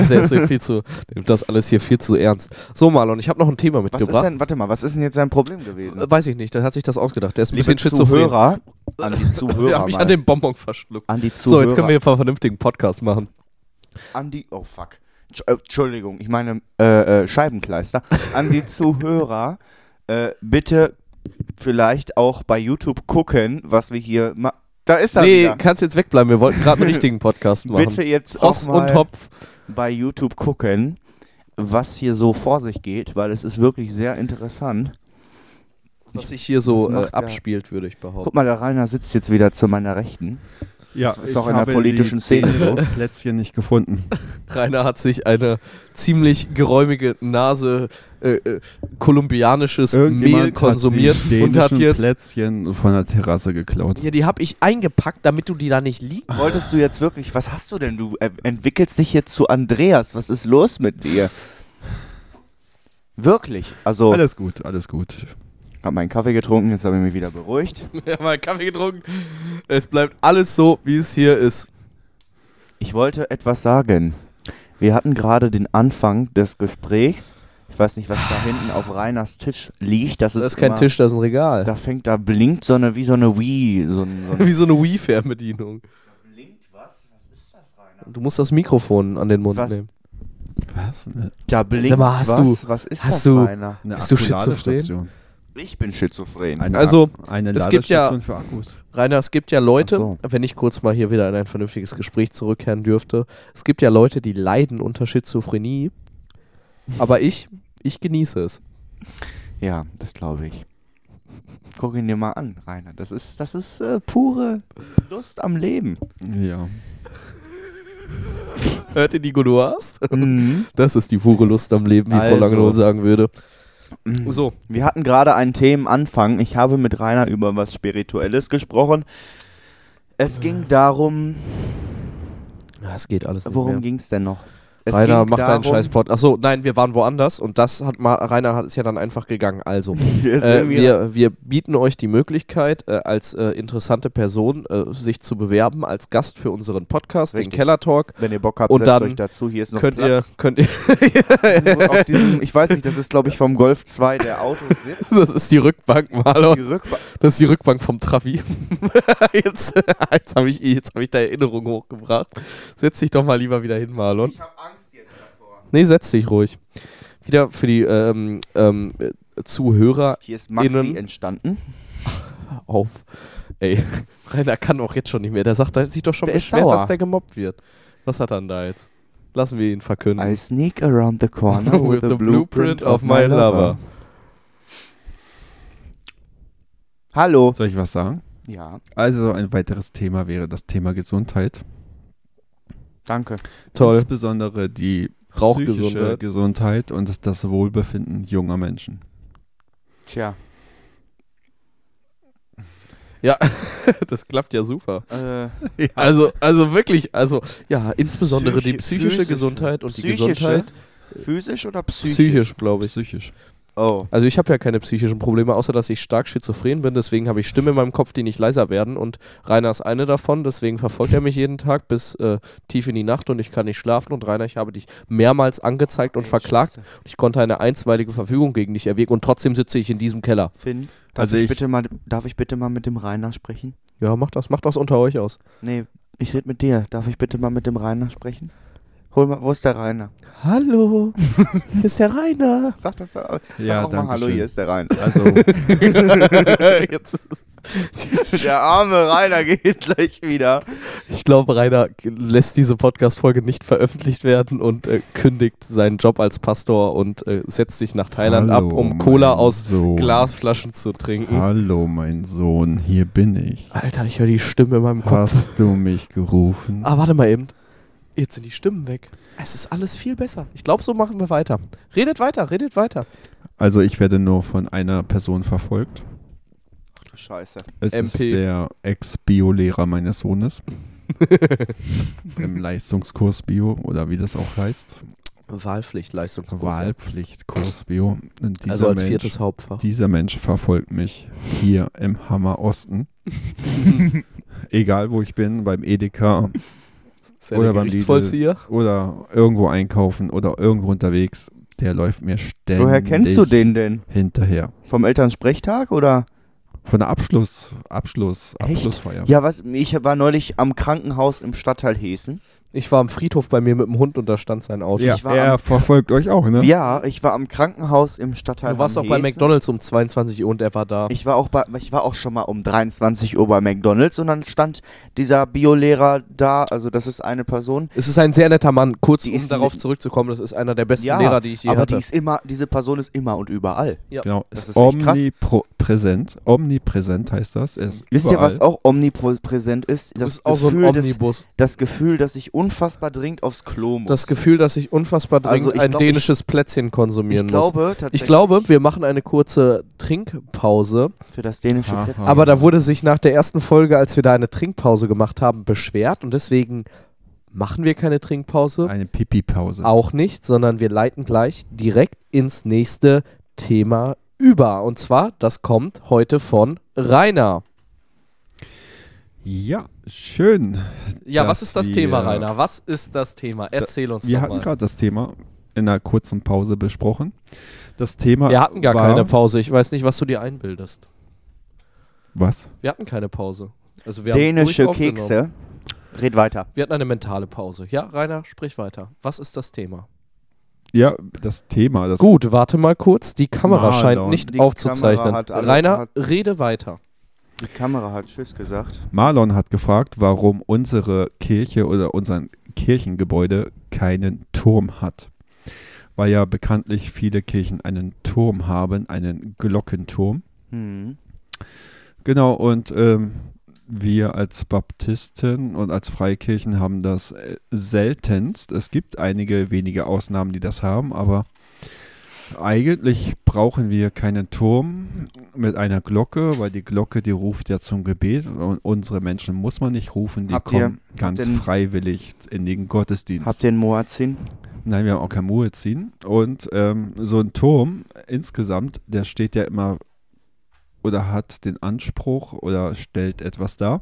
S2: Der ist hier viel zu, der nimmt das alles hier viel zu ernst. So Marlon, ich habe noch ein Thema
S1: Was ist
S2: mitgebracht.
S1: denn, warte mal, was ist denn jetzt sein Problem gewesen?
S2: Äh, Weiß ich nicht, der hat sich das ausgedacht. Der ist ein
S1: Liebe
S2: bisschen schizophren.
S1: Zuhörer, an die Zuhörer,
S2: Ich habe mich
S1: mal.
S2: an den Bonbon verschluckt.
S1: an die Zuhörer,
S2: So, jetzt können wir hier einen vernünftigen Podcast machen.
S1: an die, oh fuck, Tsch- äh, Entschuldigung, ich meine äh, äh, Scheibenkleister, an die Zuhörer, äh, bitte vielleicht auch bei YouTube gucken, was wir hier machen. Da ist er
S2: Nee,
S1: wieder.
S2: kannst jetzt wegbleiben. Wir wollten gerade einen richtigen Podcast machen.
S1: Bitte jetzt auch
S2: Hoss
S1: mal
S2: und Hopf.
S1: bei YouTube gucken, was hier so vor sich geht, weil es ist wirklich sehr interessant.
S2: was sich hier
S1: Das
S2: so äh,
S1: macht er.
S2: abspielt, würde ich behaupten.
S1: Guck mal, der Rainer sitzt jetzt wieder zu meiner Rechten.
S3: Ja,
S1: Das ist auch in der politischen Szene so.
S3: Plätzchen nicht gefunden.
S2: Rainer hat sich eine ziemlich geräumige Nase äh, äh, kolumbianisches Mehl konsumiert
S3: hat die
S2: und hat
S3: dänischen
S2: jetzt.
S3: Plätzchen von der Terrasse geklaut.
S2: Ja, die habe ich eingepackt, damit du die da nicht liegen.
S1: Wolltest du jetzt wirklich, was hast du denn? Du äh, entwickelst dich jetzt zu Andreas. Was ist los mit dir? Wirklich. Also,
S3: Alles gut, alles gut.
S1: habe meinen Kaffee getrunken, jetzt habe ich mich wieder beruhigt.
S2: Wir haben mal Kaffee getrunken. Es bleibt alles so, wie es hier ist.
S1: Ich wollte etwas sagen. Wir hatten gerade den Anfang des Gesprächs. Ich weiß nicht, was da hinten auf Rainers Tisch liegt. Das ist,
S2: Das ist kein
S1: immer,
S2: Tisch, das ist ein Regal.
S1: Da fängt, da blinkt so eine, wie so eine Wii. So ein, so ein
S2: Wie so eine Wii-Fernbedienung. Du musst das Mikrofon an den Mund
S1: Was?
S2: nehmen.
S3: Was? Eine,
S1: da blinkt
S2: Sag mal, hast
S1: was.
S2: du-
S1: was ist
S2: hast
S1: das,
S2: du-
S1: Rainer?
S3: eine
S2: Bist du
S3: Akkuladestation.
S2: schizophren?
S1: Ich bin schizophren.
S3: Eine
S2: Also,
S3: Ak- eine
S2: es gibt ja-
S3: Ladestation für Akkus.
S2: Rainer, es gibt ja Leute,
S1: Ach so.
S2: wenn ich kurz mal hier wieder in ein vernünftiges Gespräch zurückkehren dürfte, es gibt ja Leute, die leiden unter Schizophrenie, aber ich, ich genieße es.
S1: Ja, das glaube ich. Guck ihn dir mal an, Rainer. Das ist, das ist äh, pure Lust am Leben.
S3: Ja.
S2: Hört ihr die Goudoirs?
S1: Mhm.
S2: Das ist die pure Lust am Leben, wie Frau
S1: Also.
S2: Langenohl sagen würde. So,
S1: Wir hatten gerade einen Themenanfang. Ich habe mit Rainer über was Spirituelles gesprochen. Es ging darum,
S2: es geht alles nicht
S1: worum
S2: mehr.
S1: ging es denn noch? Es
S2: Rainer
S1: ging
S2: macht einen
S1: darum-
S2: scheiß Pod. Achso, nein, wir waren woanders und das hat mal, Rainer hat, ist ja dann einfach gegangen. Also,
S1: Ist
S2: äh,
S1: irgendwie-
S2: wir, wir bieten euch die Möglichkeit, äh, als äh, interessante Person äh, sich zu bewerben als Gast für unseren Podcast,
S1: Richtig.
S2: den Keller Talk.
S1: wenn ihr Bock habt,
S2: und
S1: setzt
S2: dann
S1: euch dazu. Hier ist noch
S2: könnt ihr,
S1: Platz.
S2: könnt ihr,
S1: Auf diesem, ich weiß nicht, das ist glaube ich vom Golf 2 der Autositz.
S2: das ist die Rückbank,
S1: Die
S2: Marlon.
S1: Rückba
S2: Das ist die Rückbank vom Travi. jetzt jetzt habe ich, jetzt hab ich da Erinnerung hochgebracht. Setz dich doch mal lieber wieder hin, Marlon.
S1: ich habe Angst jetzt davor.
S2: Nee, setz dich ruhig. Wieder für die ähm, ähm, äh, Zuhörer
S1: Hier ist Maxi
S2: Innen-
S1: entstanden.
S2: auf. Ey, Rainer kann auch jetzt schon nicht mehr. Der sagt, der sich doch schon
S1: Der ist
S2: beschwert,
S1: sauer.
S2: dass der gemobbt wird. Was hat er denn da jetzt? Lassen wir ihn verkünden.
S1: I sneak around the corner with, the, blueprint, of my lover. Hallo.
S3: Soll ich was sagen?
S1: Ja,
S3: Also ein weiteres Thema wäre das Thema Gesundheit.
S1: danke.
S2: Toll.
S3: Insbesondere die psychische
S2: Rauchgesundheit.
S3: Gesundheit und das Wohlbefinden junger Menschen.
S1: Tja.
S2: Ja, das klappt ja super.
S1: Äh,
S2: Also, also wirklich, also ja, insbesondere die
S1: Psychi-
S2: psychische
S1: physische.
S2: Gesundheit und die
S1: Psychische?
S2: Gesundheit
S1: physisch oder psychisch?
S2: psychisch, glaube ich.
S3: Psychisch.
S1: Oh.
S2: Also ich habe ja keine psychischen Probleme, außer dass ich stark schizophren bin, deswegen habe ich Stimmen in meinem Kopf, die nicht leiser werden und Rainer ist eine davon, deswegen verfolgt er mich jeden Tag bis äh, tief in die Nacht und ich kann nicht schlafen und Rainer, ich habe dich mehrmals angezeigt und verklagt. Ich konnte eine einstweilige Verfügung gegen dich erwirken und trotzdem sitze ich in diesem Keller.
S1: Finn, darf,
S3: Also
S1: ich
S3: ich-
S1: bitte mal, darf ich bitte mal mit dem Rainer sprechen?
S2: Ja, macht das, macht das unter euch aus.
S1: Nee, ich rede mit dir. Darf ich bitte mal mit dem Rainer sprechen? Hol mal, wo ist der Rainer?
S2: Hallo, hier ist der Rainer.
S1: Sag das sag
S3: Ja,
S1: auch mal
S3: danke
S1: Hallo,
S3: schön.
S1: hier ist der Rainer.
S3: Also,
S2: Jetzt
S1: der arme Rainer geht gleich wieder.
S2: Ich glaube, Rainer g- lässt diese Podcast-Folge nicht veröffentlicht werden und äh, kündigt seinen Job als Pastor und äh, setzt sich nach Thailand
S3: Hallo,
S2: ab, um
S3: mein
S2: Cola aus
S3: Sohn.
S2: Glasflaschen zu trinken.
S3: hallo, mein Sohn, hier bin ich.
S2: Alter, ich höre die Stimme in meinem Kopf.
S3: Hast du mich gerufen?
S2: Ah, warte mal eben. Jetzt sind die Stimmen weg. Es ist alles viel besser. Ich glaube, so machen wir weiter. Redet weiter, redet weiter.
S3: Also, ich werde nur von einer Person verfolgt.
S1: Ach du Scheiße.
S3: Es ist
S2: MP.
S3: der Ex-Bio-Lehrer meines Sohnes. Im Leistungskurs Bio oder wie das auch heißt.
S2: Wahlpflicht, Leistung.
S3: Wahlpflichtkurs Bio. Und dieser
S2: Also als
S3: Mensch-
S2: viertes Hauptfach.
S3: Dieser Mensch verfolgt mich hier im Hammer Osten. Egal wo ich bin, beim Edeka
S2: Ist ja der
S3: oder beim
S2: Gerichtsvollzieher.
S3: oder irgendwo einkaufen oder irgendwo unterwegs, der läuft mir ständig
S1: Woher kennst du den denn?
S3: hinterher.
S1: Vom Elternsprechtag oder?
S3: Von der Abschluss, Abschluss,
S1: Echt?
S3: Abschlussfeier.
S1: Ja, was? Ich war neulich am Krankenhaus im Stadtteil Hessen.
S2: Ich war am Friedhof bei mir mit dem Hund und da stand sein Auto.
S3: Ja,
S1: also Ich war
S3: er
S1: am-
S3: verfolgt euch auch, ne?
S1: Ja, ich war am Krankenhaus im Stadtteil.
S2: Du warst auch
S1: am
S2: bei
S1: Hessen.
S2: McDonalds um 22 Uhr und er war da.
S1: Ich war auch bei, ich war auch schon mal um 23 Uhr bei McDonalds und dann stand dieser Biolehrer da. Also das ist eine Person.
S2: Es ist ein sehr netter Mann. Kurz,
S1: Die
S2: um
S1: ist-
S2: darauf zurückzukommen, das ist einer der besten
S1: Ja,
S2: Lehrer, die ich je
S1: aber
S2: hatte.
S1: die ist immer, diese Person ist immer und überall.
S3: Genau,
S1: Das ist
S3: ist,
S1: echt krass.
S3: omnipräsent. Omnipräsent heißt das. Er ist
S1: Wisst ihr,
S3: überall.
S1: was auch omnipräsent ist?
S2: du
S1: Das
S2: bist auch so ein
S1: Gefühl, des,
S2: Omnibus.
S1: das Gefühl, dass ich unfassbar dringend aufs Klo muss.
S2: Das Gefühl, dass ich unfassbar dringend
S1: Also ich
S2: ein
S1: glaub,
S2: dänisches Plätzchen konsumieren
S1: ich
S2: muss.
S1: glaube
S2: Ich
S1: tatsächlich
S2: glaube, wir machen eine kurze Trinkpause.
S1: für das dänische
S3: Aha.
S1: Plätzchen.
S2: Aber da wurde sich nach der ersten Folge, als wir da eine Trinkpause gemacht haben, beschwert. Und deswegen machen wir keine Trinkpause.
S3: Eine Pipi-Pause.
S2: Auch nicht, sondern wir leiten gleich direkt ins nächste Thema über. Und zwar, das kommt heute von Rainer.
S3: Ja, schön.
S2: Ja,
S3: dass
S2: was ist das
S3: wir-
S2: Thema, Rainer? Was ist das Thema? Erzähl uns
S3: Wir
S2: doch
S3: hatten
S2: mal.
S3: gerade das Thema in einer kurzen Pause besprochen. Das Thema
S2: Wir hatten gar
S3: war,
S2: keine Pause. Ich weiß nicht, was du dir einbildest.
S3: Was?
S2: Wir hatten keine Pause. Also wir
S1: Dänische
S2: haben durchaus genommen.
S1: Kekse. Red weiter.
S2: Wir hatten eine mentale Pause. Ja, Rainer, sprich weiter. Was ist das Thema?
S3: Ja, das Thema. Das
S2: Gut, warte mal kurz. Die Kamera
S3: Mal
S2: scheint
S3: down.
S2: nicht
S1: Die
S2: aufzuzeichnen.
S1: Kamera hat alle-
S2: Rainer,
S1: hat-
S2: rede weiter.
S1: Die Kamera hat Tschüss gesagt.
S3: Marlon hat gefragt, warum unsere Kirche oder unser Kirchengebäude keinen Turm hat. Weil ja bekanntlich viele Kirchen einen Turm haben, einen Glockenturm.
S1: Hm.
S3: Genau, und ähm, wir als Baptisten und als Freikirchen haben das äh, seltenst. Es gibt einige wenige Ausnahmen, die das haben, aber eigentlich brauchen wir keinen Turm mit einer Glocke, weil die Glocke, die ruft ja zum Gebet und unsere Menschen muss man nicht rufen, die
S1: Habt ihr-
S3: kommen ganz
S1: habt ihr-
S3: freiwillig in den Gottesdienst.
S1: Habt ihr einen Moazin?
S3: Nein, wir haben auch kein Muezzin. Und ähm, so ein Turm insgesamt, der steht ja immer oder hat den Anspruch oder stellt etwas dar,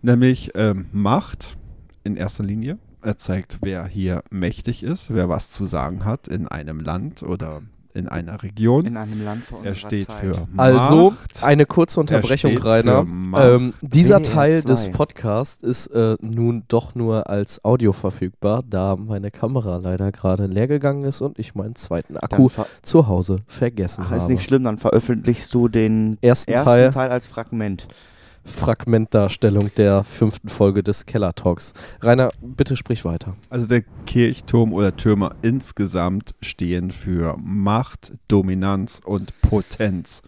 S3: nämlich ähm, Macht in erster Linie. Er zeigt, wer hier mächtig ist, wer was zu sagen hat in einem Land oder in einer Region.
S1: In einem Land vor
S3: er
S1: unserer
S3: steht
S1: Zeit.
S3: für Macht.
S2: Also, eine kurze Unterbrechung,
S3: steht für
S2: Rainer.
S3: Macht.
S2: Ähm, dieser
S1: WDR
S2: Teil
S1: 2.
S2: des Podcasts ist äh, nun doch nur als Audio verfügbar, da meine Kamera leider gerade leer gegangen ist und ich meinen zweiten Akku
S1: Dann ver-
S2: zu Hause vergessen
S1: Ach,
S2: habe.
S1: ist nicht schlimm, dann veröffentlichst du den
S2: Ersten,
S1: ersten
S2: Teil,
S1: Teil, als Fragment.
S2: Fragmentdarstellung der fünften Folge des Keller Talks. Rainer, bitte sprich weiter.
S3: Also der Kirchturm oder Türme insgesamt stehen für Macht, Dominanz und Potenz.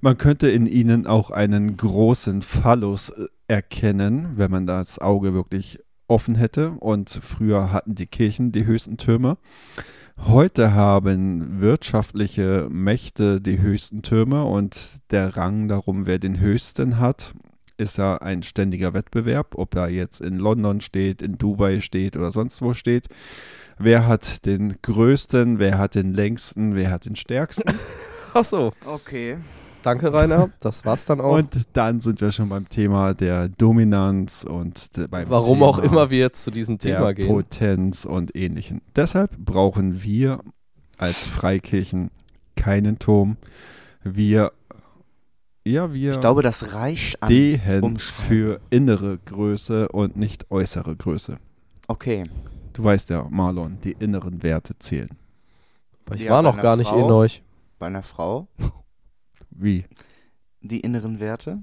S3: Man könnte in ihnen auch einen großen Phallus äh, erkennen, wenn man das Auge wirklich offen hätte. Und früher hatten die Kirchen die höchsten Türme. Heute haben wirtschaftliche Mächte die höchsten Türme und der Rang darum, wer den höchsten hat, ist ja ein ständiger Wettbewerb, ob er jetzt in London steht, in Dubai steht oder sonst wo steht. Wer hat den größten, wer hat den längsten, wer hat den stärksten?
S2: Achso,
S1: Okay.
S2: danke Rainer, das war's dann auch.
S3: Und dann sind wir schon beim Thema der Dominanz und de- beim
S2: Warum
S3: Thema
S2: auch immer wir jetzt zu diesem
S3: der
S2: Thema gehen.
S3: Potenz und ähnlichen. Deshalb brauchen wir als Freikirchen keinen Turm. Wir, ja, wir
S1: Ich glaube, das reicht an.
S3: stehen
S1: Umschreiben.
S3: für innere Größe und nicht äußere Größe.
S1: Okay.
S3: Du weißt ja, Marlon, die inneren Werte zählen.
S2: Aber ich
S1: Ja,
S2: war noch
S1: meiner
S2: gar nicht
S1: Frau.
S2: in euch.
S1: Bei einer Frau
S3: Wie?
S1: die inneren Werte.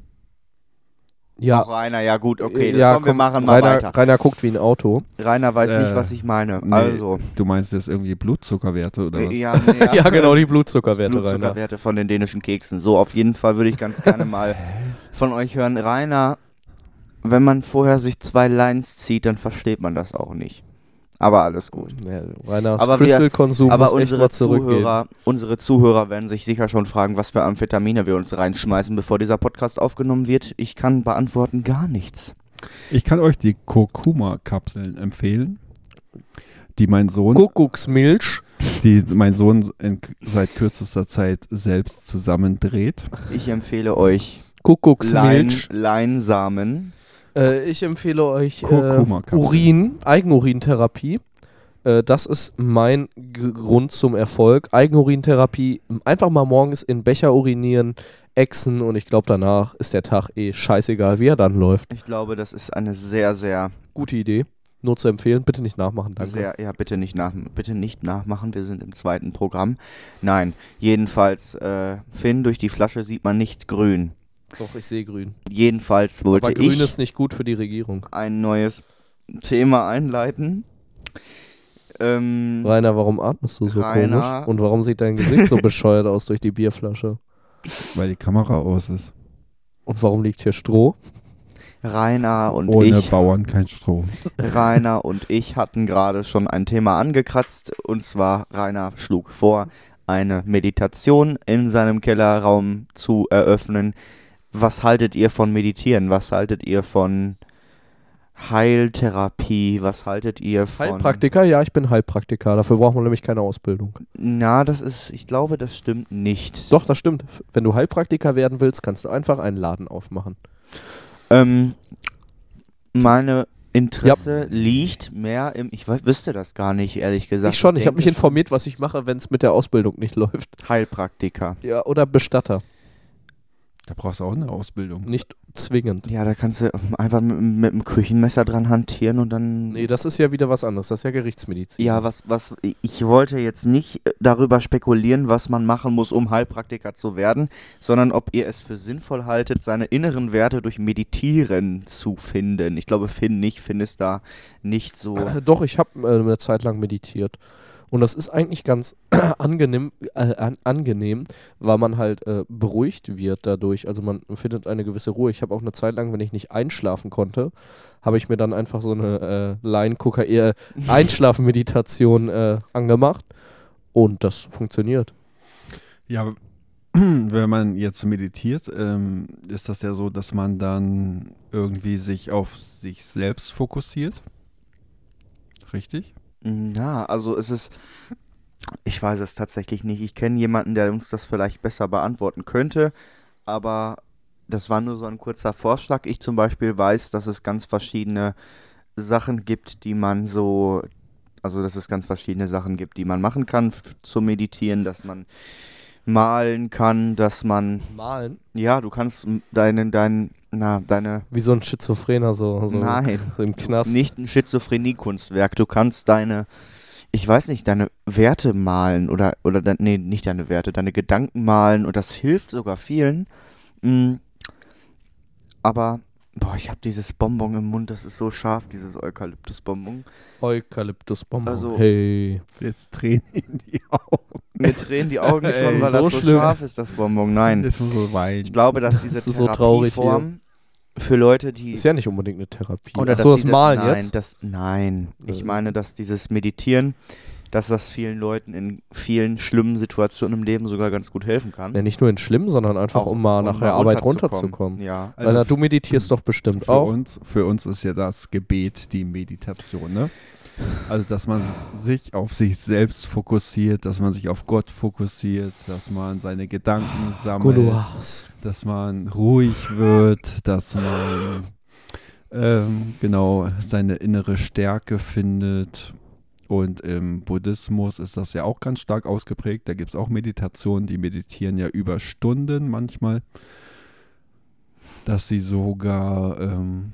S2: Ja, äh,
S1: Auch Rainer, ja gut, okay.
S2: ja,
S1: komm, wir
S2: komm,
S1: machen mal
S2: Rainer,
S1: weiter.
S2: Rainer guckt wie ein Auto.
S1: Rainer weiß
S3: Äh,
S1: nicht, was ich meine.
S3: nee,
S1: also,
S3: Du meinst jetzt irgendwie Blutzuckerwerte oder was?
S1: ja, nee,
S2: Ja, genau, die Blutzuckerwerte, Rainer.
S1: Blutzuckerwerte von den dänischen Keksen. So, auf jeden Fall würde ich ganz gerne mal von euch hören. Rainer, wenn man vorher sich zwei Lines zieht, dann versteht man das auch nicht. Aber alles gut.
S2: Ja, Rainers
S1: Aber wir-
S2: Crystal-Konsum
S1: Aber
S2: muss echt mal
S1: unsere
S2: zurückgehen.
S1: Zuhörer, unsere Zuhörer werden sich sicher schon fragen, was für Amphetamine wir uns reinschmeißen, bevor dieser Podcast aufgenommen wird. Ich kann beantworten gar nichts.
S3: Ich kann euch die Kurkuma-Kapseln empfehlen, die mein Sohn
S2: Kuckucksmilch.
S3: die mein Sohn in, seit kürzester Zeit selbst zusammendreht.
S1: Ich empfehle euch Lein,
S2: Kuckucksmilch.
S1: Leinsamen.
S2: Äh, ich empfehle euch äh,
S3: Kurkuma-Kapseln.
S2: Urin, Eigenurintherapie. Äh, das ist mein G Grund zum Erfolg. Eigenurintherapie, m- einfach mal morgens in Becher urinieren, ächzen und ich glaube, danach ist der Tag eh scheißegal, wie er dann läuft.
S1: Ich glaube, das ist eine sehr, sehr,
S2: Gute Idee. Nur zu empfehlen, bitte nicht nachmachen, danke.
S1: sehr, ja, bitte nicht, nach, bitte nicht nachmachen, wir sind im zweiten Programm. Nein, jedenfalls, äh, Finn, durch die Flasche sieht man nicht grün.
S2: Doch, ich sehe grün.
S1: Jedenfalls wollte
S2: Aber grün
S1: ich
S2: ist nicht gut für die Regierung.
S1: ein neues Thema einleiten. Ähm,
S2: Rainer, warum atmest du so
S1: Rainer.
S2: komisch? Und warum sieht dein Gesicht so bescheuert aus durch die Bierflasche?
S3: Weil die Kamera aus ist.
S2: Und warum liegt hier Stroh?
S1: Rainer und
S3: Ohne
S1: ich,
S3: Bauern kein Strom.
S1: Rainer und ich hatten gerade schon ein Thema angekratzt und zwar Rainer schlug vor, eine Meditation in seinem Kellerraum zu eröffnen. Was haltet ihr von Meditieren? Was haltet ihr von Heiltherapie? Was haltet ihr von
S2: Heilpraktiker? Ja, ich bin Heilpraktiker. Dafür braucht man nämlich keine Ausbildung.
S1: Na, das ist, ich glaube, das stimmt nicht.
S2: Doch, das stimmt. F- Wenn du Heilpraktiker werden willst, kannst du einfach einen Laden aufmachen.
S1: Ähm, meine Interesse liegt mehr im. Ich wü- wüsste das gar nicht, ehrlich gesagt.
S2: ich schon, ich habe mich
S1: denke
S2: informiert, was ich mache, wenn es mit der Ausbildung nicht läuft.
S1: schon, Heilpraktiker.
S2: Ja, oder Bestatter.
S3: Da brauchst du auch eine Ausbildung.
S2: Nicht zwingend.
S1: Ja, da kannst du einfach mit, mit dem Küchenmesser dran hantieren und dann.
S2: Nee, das ist ja wieder was anderes. Das ist ja Gerichtsmedizin.
S1: ja, was, was, ich wollte jetzt nicht äh, darüber spekulieren, was man machen muss, um Heilpraktiker zu werden, sondern ob ihr es für sinnvoll haltet, seine inneren Werte durch Meditieren zu finden. Ich glaube, Finn nicht, Finn ist da nicht so.
S2: Äh, Doch, ich habe äh, eine Zeit lang meditiert. Und das ist eigentlich ganz angenehm, äh, an, angenehm, weil man halt äh, beruhigt wird dadurch. Also man findet eine gewisse Ruhe. Ich habe auch eine Zeit lang, wenn ich nicht einschlafen konnte, habe ich mir dann einfach so eine äh, Line-Gucker, eher Einschlafmeditation äh, angemacht. Und das funktioniert.
S3: Ja, wenn man jetzt meditiert, ähm, ist das ja so, dass man dann irgendwie sich auf sich selbst fokussiert. Richtig?
S1: Na, also es ist, ich weiß es tatsächlich nicht. Ich kenne jemanden, der uns das vielleicht besser beantworten könnte, aber das war nur so ein kurzer Vorschlag. Ich zum Beispiel weiß, dass es ganz verschiedene Sachen gibt, die man so, also dass es ganz verschiedene Sachen gibt, die man machen kann f- zum Meditieren, dass man malen kann, dass man,
S2: Malen?
S1: ja, du kannst m- deinen, deinen, na, deine
S2: Wie so ein Schizophrener, so, so
S1: Nein.
S2: so im Knast.
S1: nicht ein Schizophrenie-Kunstwerk. Du kannst deine, ich weiß nicht, deine Werte malen oder, oder de, nee, nicht deine Werte, deine Gedanken malen und das hilft sogar vielen. Mm. Aber, boah, ich habe dieses Bonbon im Mund, das ist so scharf, dieses Eukalyptus-Bonbon.
S2: Eukalyptusbomben.
S1: Also-
S2: hey.
S3: Jetzt drehen ihn die Augen.
S1: Mir tränen die Augen
S3: Ey,
S1: schon, weil
S2: so
S1: das so
S2: schlimm.
S1: scharf ist, das Bonbon. Nein.
S3: Jetzt muss er weinen.
S1: Ich glaube, dass diese
S2: ist so traurig hier.
S1: Therapieform für Leute, die
S2: Ist ja nicht unbedingt eine Therapie.
S1: Oder
S2: Ach so,
S1: dass
S2: das
S1: diese-
S2: Malen
S1: nein,
S2: jetzt?
S1: Das, nein, ich
S2: Äh.
S1: meine, dass dieses Meditieren dass das vielen Leuten in vielen schlimmen Situationen im Leben sogar ganz gut helfen kann.
S2: Ja, nicht nur in schlimm, sondern einfach, um mal nach der Arbeit runterzukommen.
S1: Ja.
S3: Also
S2: Weil du meditierst doch bestimmt
S3: Für
S2: auch.
S3: uns, für uns ist ja das Gebet die Meditation, ne? Also, dass man sich auf sich selbst fokussiert, dass man sich auf Gott fokussiert, dass man seine Gedanken sammelt,
S2: Guluas.
S3: dass man ruhig wird, dass man ähm, genau seine innere Stärke findet. Und im Buddhismus ist das ja auch ganz stark ausgeprägt. Da gibt es auch Meditationen, die meditieren ja über Stunden manchmal, dass sie sogar ähm,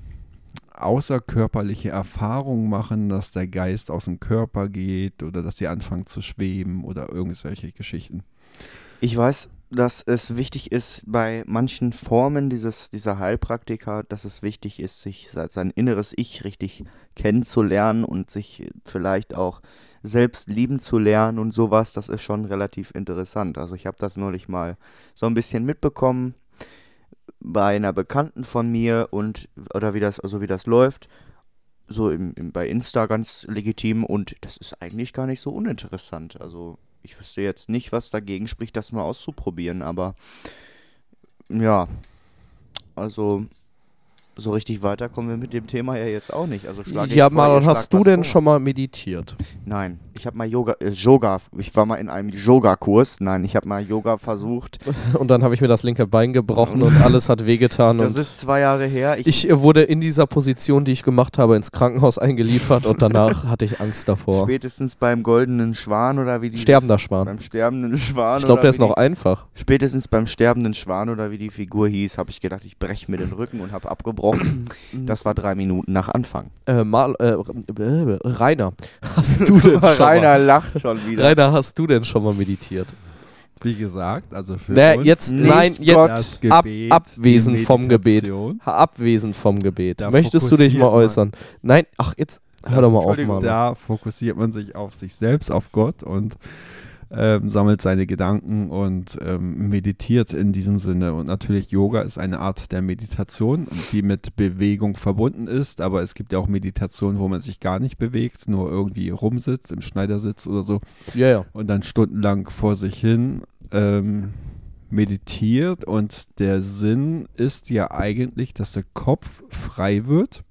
S3: außerkörperliche Erfahrungen machen, dass der Geist aus dem Körper geht oder dass sie anfangen zu schweben oder irgendwelche Geschichten.
S1: Ich weiß, dass es wichtig ist, bei manchen Formen dieses, dieser Heilpraktiker, dass es wichtig ist, sich se- sein inneres Ich richtig kennenzulernen und sich vielleicht auch selbst lieben zu lernen und sowas. Das ist schon relativ interessant. Also ich habe das neulich mal so ein bisschen mitbekommen bei einer Bekannten von mir und oder wie das, also wie das läuft. So im, im, bei Insta ganz legitim und das ist eigentlich gar nicht so uninteressant. Also ich wüsste jetzt nicht, was dagegen spricht, das mal auszuprobieren, aber ja, also so richtig weiter kommen wir mit dem Thema ja jetzt auch nicht. Also schlage
S2: Ja,
S1: ich vor,
S2: Marlon,
S1: ihr
S2: hast
S1: schlagt
S2: du
S1: was
S2: denn
S1: vor.
S2: schon mal meditiert?
S1: Nein, ich habe mal Yoga, äh, Yoga, ich war mal in einem Yoga-Kurs. Nein, ich habe mal Yoga versucht.
S2: Und dann habe ich mir das linke Bein gebrochen und alles hat wehgetan.
S1: Das
S2: und
S1: ist zwei Jahre her. Ich,
S2: ich äh, wurde in dieser Position, die ich gemacht habe, ins Krankenhaus eingeliefert und danach hatte ich Angst davor.
S1: spätens beim goldenen Schwan oder wie die
S2: Sterbender Schwan.
S1: beim sterbenden Schwan.
S2: Ich glaube,
S1: oder
S2: der
S1: wie
S2: ist noch einfach.
S1: die, spätestens beim sterbenden Schwan oder wie die Figur hieß, habe ich gedacht, ich breche mir den Rücken und habe abgebrochen. Das war drei Minuten nach Anfang.
S2: Äh, Mal, äh, äh, Rainer, hast du denn schon mal,
S1: Rainer lacht schon wieder.
S2: Rainer, hast du denn schon mal meditiert?
S3: Wie gesagt, also für
S2: Na,
S3: uns
S2: jetzt,
S1: Nicht
S2: nein,
S1: Gott.
S2: jetzt ab, abwesend
S3: die
S2: vom Gebet.
S3: Meditation.
S2: Ha- Abwesend vom Gebet.
S3: Da
S2: Möchtest du dich mal
S3: fokussiert man.
S2: äußern? Nein, ach, jetzt hör doch mal auf,
S3: Entschuldigung,
S2: Marlon.
S3: Da fokussiert man sich auf sich selbst, auf Gott und ähm, sammelt seine Gedanken und ähm, meditiert in diesem Sinne. Und natürlich Yoga ist eine Art der Meditation, die mit Bewegung verbunden ist. Aber es gibt ja auch Meditationen, wo man sich gar nicht bewegt, nur irgendwie rumsitzt, im Schneidersitz oder so
S2: Ja, ja.
S3: und dann stundenlang vor sich hin ähm, meditiert. Und der Sinn ist ja eigentlich, dass der Kopf frei wird,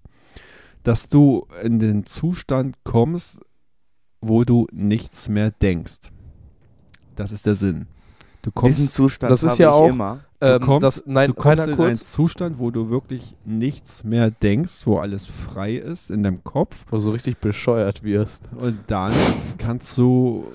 S3: dass du in den Zustand kommst, wo du nichts mehr denkst. Das ist der Sinn. Du
S1: Diesen
S3: kommst,
S1: Zustand
S2: Das ist
S1: habe
S2: ja
S1: ich
S2: auch-
S1: immer.
S3: du
S2: Ähm,
S3: kommst,
S2: das, nein,
S3: du kommst
S2: Rainer,
S3: in einen
S2: kurz.
S3: Zustand, wo du wirklich nichts mehr denkst, wo alles frei ist in deinem Kopf.
S2: Wo du so richtig bescheuert wirst.
S3: Und dann kannst du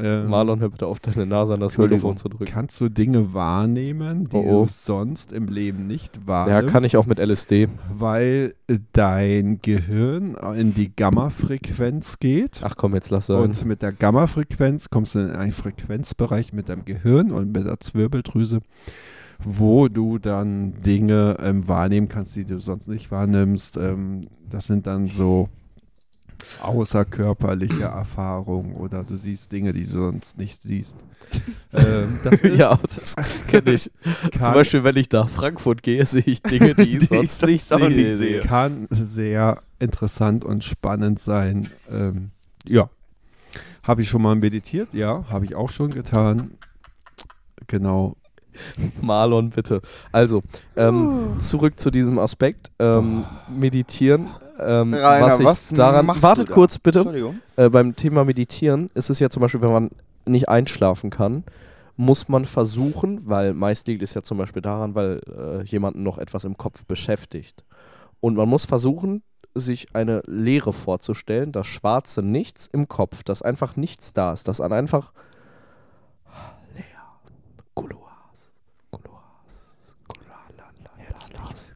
S3: ähm,
S2: Marlon, hör bitte auf, deine Nase an das
S1: Entschuldigung.
S2: Mikrofon zu drücken.
S3: Kannst du Dinge wahrnehmen, die
S2: Oh, oh.
S3: du sonst im Leben nicht
S2: Ja,
S3: wahrnimmst?
S2: kann ich auch mit LSD.
S3: Weil äh, dein Gehirn in die Gamma-Frequenz geht.
S2: Ach komm, jetzt lass sein.
S3: Und mit der Gamma-Frequenz kommst du in einen Frequenzbereich mit deinem Gehirn und mit der Zwirbeldrüse, wo du dann Dinge ähm, wahrnehmen kannst, die du sonst nicht wahrnimmst. Ähm, das sind dann so außerkörperliche Erfahrungen oder du siehst Dinge, die du sonst nicht siehst. ähm, das ist
S2: ja, das kenne ich. Zum
S3: kann-
S2: Beispiel, wenn ich nach Frankfurt gehe, sehe ich Dinge, die ich
S1: Die ich
S2: sonst nicht
S1: sonst auch
S2: sehe.
S1: nicht sehe.
S3: Kann sehr interessant und spannend sein. Ähm, ja. Habe ich schon mal meditiert? Ja, habe ich auch schon getan. Genau.
S2: Marlon, bitte. Also, ähm, zurück zu diesem Aspekt. Ähm, meditieren. Ähm,
S1: Rainer,
S2: was ich
S1: was
S2: daran.
S1: machst du
S2: Wartet
S1: da?
S2: kurz, bitte.
S1: Entschuldigung.
S2: äh, beim Thema Meditieren ist es ja zum Beispiel, wenn man nicht einschlafen kann, muss man versuchen, weil meist liegt es ja zum Beispiel daran, weil äh, jemanden noch etwas im Kopf beschäftigt. Und man muss versuchen, sich eine Leere vorzustellen, das schwarze Nichts im Kopf, dass einfach nichts da ist, dass an einfach leer. Guluas, Guluas, Gulalalalalas.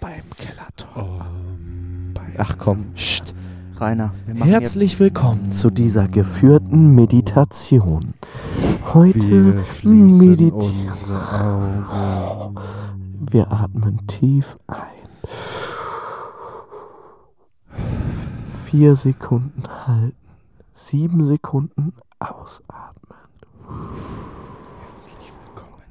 S2: Beim Kellertor.
S3: Oh,
S2: Ach komm. Psst.
S1: Rainer, wir machen
S2: Herzlich willkommen zu dieser geführten Meditation. Heute
S3: Wir schließen
S2: meditieren.
S3: unsere Augen.
S2: Wir atmen tief ein. Vier Sekunden halten. Sieben Sekunden ausatmen.
S1: Herzlich willkommen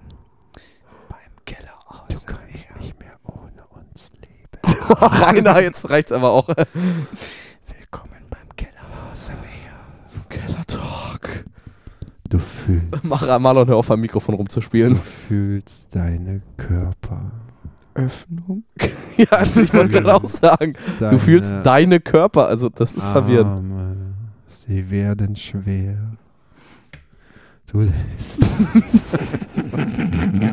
S1: beim Keller aus. Du kannst nicht mehr ohne uns leben.
S2: Rainer, jetzt reicht's aber auch.
S1: Willkommen beim Keller aus dem Meer.
S3: Tag. Du fühlst,
S2: Mach Marlon, hör auf, am Mikrofon rumzuspielen.
S3: fühlst deine Körper.
S1: Öffnung?
S2: ja, ich wollte gerade auch sagen. Du fühlst deine Körper, also das
S3: Ah.
S2: ist verwirrend.
S3: Arme, sie werden schwer. Du lässt.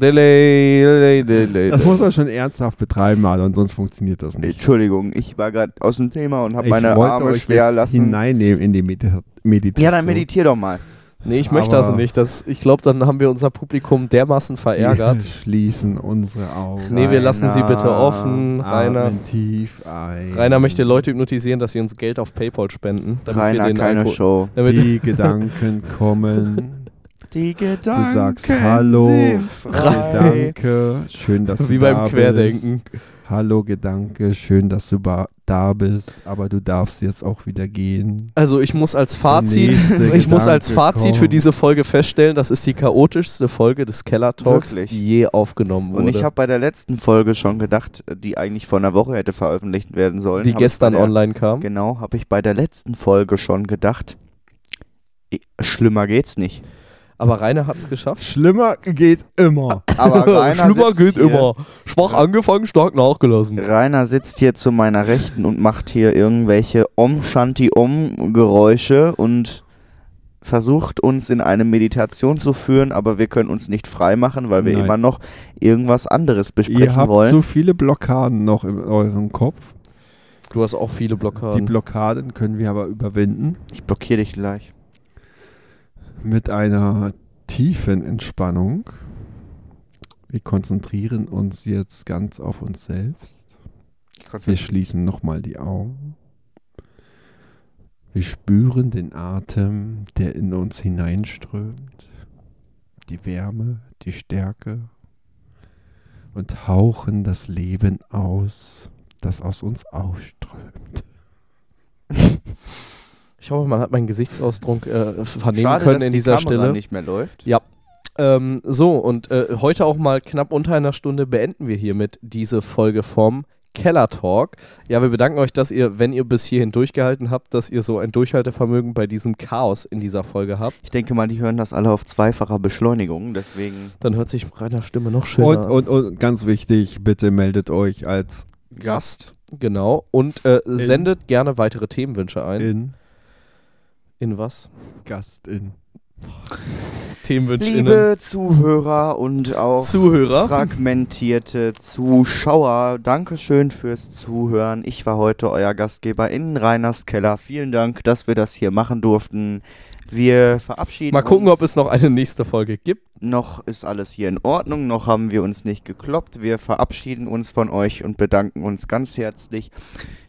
S2: Delay, delay, delay.
S3: Das muss man schon ernsthaft betreiben, Marlon, sonst funktioniert das nicht.
S1: Entschuldigung, ich war gerade aus dem Thema und habe meine
S3: wollte
S1: Arme
S3: euch
S1: schwer
S3: jetzt
S1: lassen.
S3: hineinnehmen in die Medita Meditation.
S1: Ja, dann meditier doch mal.
S2: Nee, ich möchte das
S3: Aber-
S2: nicht. Das, ich glaube, dann haben wir unser Publikum dermaßen verärgert.
S3: Wir schließen unsere Augen.
S2: Nee, wir lassen sie bitte
S1: Rainer,
S2: offen.
S3: ah,
S2: Rainer,
S3: Atmen tief ein.
S2: Rainer möchte Leute hypnotisieren, dass sie uns Geld auf Paypal spenden. Damit wir
S1: Rainer,
S2: den
S1: keine
S2: Alkohol-
S1: Show.
S2: Damit
S3: Die Gedanken kommen.
S1: Die Gedanken
S3: Du sagst Hallo.
S1: sind frei.
S3: Gedanke, schön, dass du
S2: wie
S3: da
S2: beim Querdenken.
S3: Bist. Hallo, Gedanke, schön, dass du ba- da bist, aber du darfst jetzt auch wieder gehen.
S2: Also ich muss als Fazit,
S3: nächste
S2: ich muss als
S3: Gedanke
S2: Fazit für
S3: kommt.
S2: diese Folge feststellen, das ist die chaotischste Folge des Keller Talks,
S1: Wirklich?
S2: die je aufgenommen wurde.
S1: Und ich habe bei der letzten Folge schon gedacht, die eigentlich vor einer Woche hätte veröffentlicht werden sollen.
S2: die
S1: hab ich
S2: gestern
S1: bei der,
S2: online kam.
S1: Genau, habe ich bei der letzten Folge schon gedacht, eh, schlimmer geht's nicht.
S2: Aber Rainer hat es geschafft.
S3: Schlimmer geht immer.
S1: Aber Rainer sitzt hier,
S2: Schwach angefangen, stark nachgelassen.
S1: Rainer sitzt hier zu meiner Rechten und macht hier irgendwelche Om-Shanti-Om-Geräusche und versucht uns in eine Meditation zu führen, aber wir können uns nicht frei machen, weil wir
S3: Nein.
S1: immer noch irgendwas anderes besprechen
S3: Ihr habt
S1: wollen.
S3: so viele Blockaden noch in eurem Kopf.
S2: Du hast auch viele
S3: Die
S2: Blockaden.
S3: Blockaden können wir aber überwinden
S1: ich blockiere dich gleich.
S3: mit einer tiefen Entspannung. Wir konzentrieren uns jetzt ganz auf uns selbst.
S2: Hm.
S3: Wir schließen nochmal die Augen. Wir spüren den Atem, der in uns hineinströmt. Die Wärme, die Stärke. Und hauchen das Leben aus, das aus uns ausströmt.
S2: ich hoffe, man hat meinen Gesichtsausdruck äh, vernehmen
S1: Schade,
S2: können
S1: dass
S2: in
S1: die
S2: dieser
S1: Kamera
S2: Stelle.
S1: nicht mehr läuft.
S2: Ja. Ähm, so, und äh, heute auch mal knapp unter einer Stunde beenden wir hiermit diese Folge vom Keller Talk. Ja, wir bedanken euch, dass ihr, wenn ihr bis hierhin durchgehalten habt, dass ihr so ein Durchhaltevermögen bei diesem Chaos in dieser Folge habt.
S1: Ich denke mal, die hören das alle auf zweifacher Beschleunigung, deswegen
S2: Dann hört sich Rainer Stimme noch schöner
S3: Und,
S2: an.
S3: und, und ganz wichtig, bitte meldet euch als
S2: Gast. Genau. Und äh, sendet gerne weitere Themenwünsche ein. In,
S3: in
S2: was?
S3: Gast in.
S2: Themenwünsche innen.
S1: Liebe Zuhörer und auch
S2: Zuhörer.
S1: fragmentierte Zuschauer, Dankeschön fürs Zuhören. Ich war heute euer Gastgeber in Rainers Keller. Vielen Dank, dass wir das hier machen durften. Wir verabschieden
S2: Mal gucken,
S1: uns.
S2: ob es noch eine nächste Folge gibt.
S1: noch ist alles hier in Ordnung, noch haben wir uns nicht gekloppt. Wir verabschieden uns von euch und bedanken uns ganz herzlich,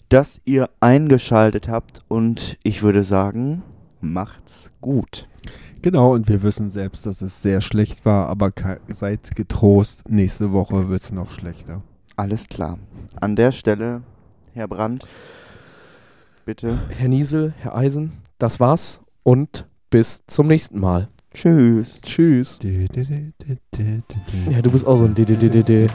S1: dass ihr eingeschaltet habt und ich würde sagen, macht's gut.
S3: Genau, und wir wissen selbst, dass es sehr schlecht war, aber ke- seid getrost, nächste Woche wird es noch schlechter.
S1: Alles klar. An der Stelle, Herr Brandt, bitte.
S2: Herr Niesel, Herr Eisen, das war's und bis zum nächsten Mal.
S1: Tschüss.
S2: Tschüss.
S3: Du, du, du, du, du, du, du.
S2: Ja, du bist auch so ein DDDDD.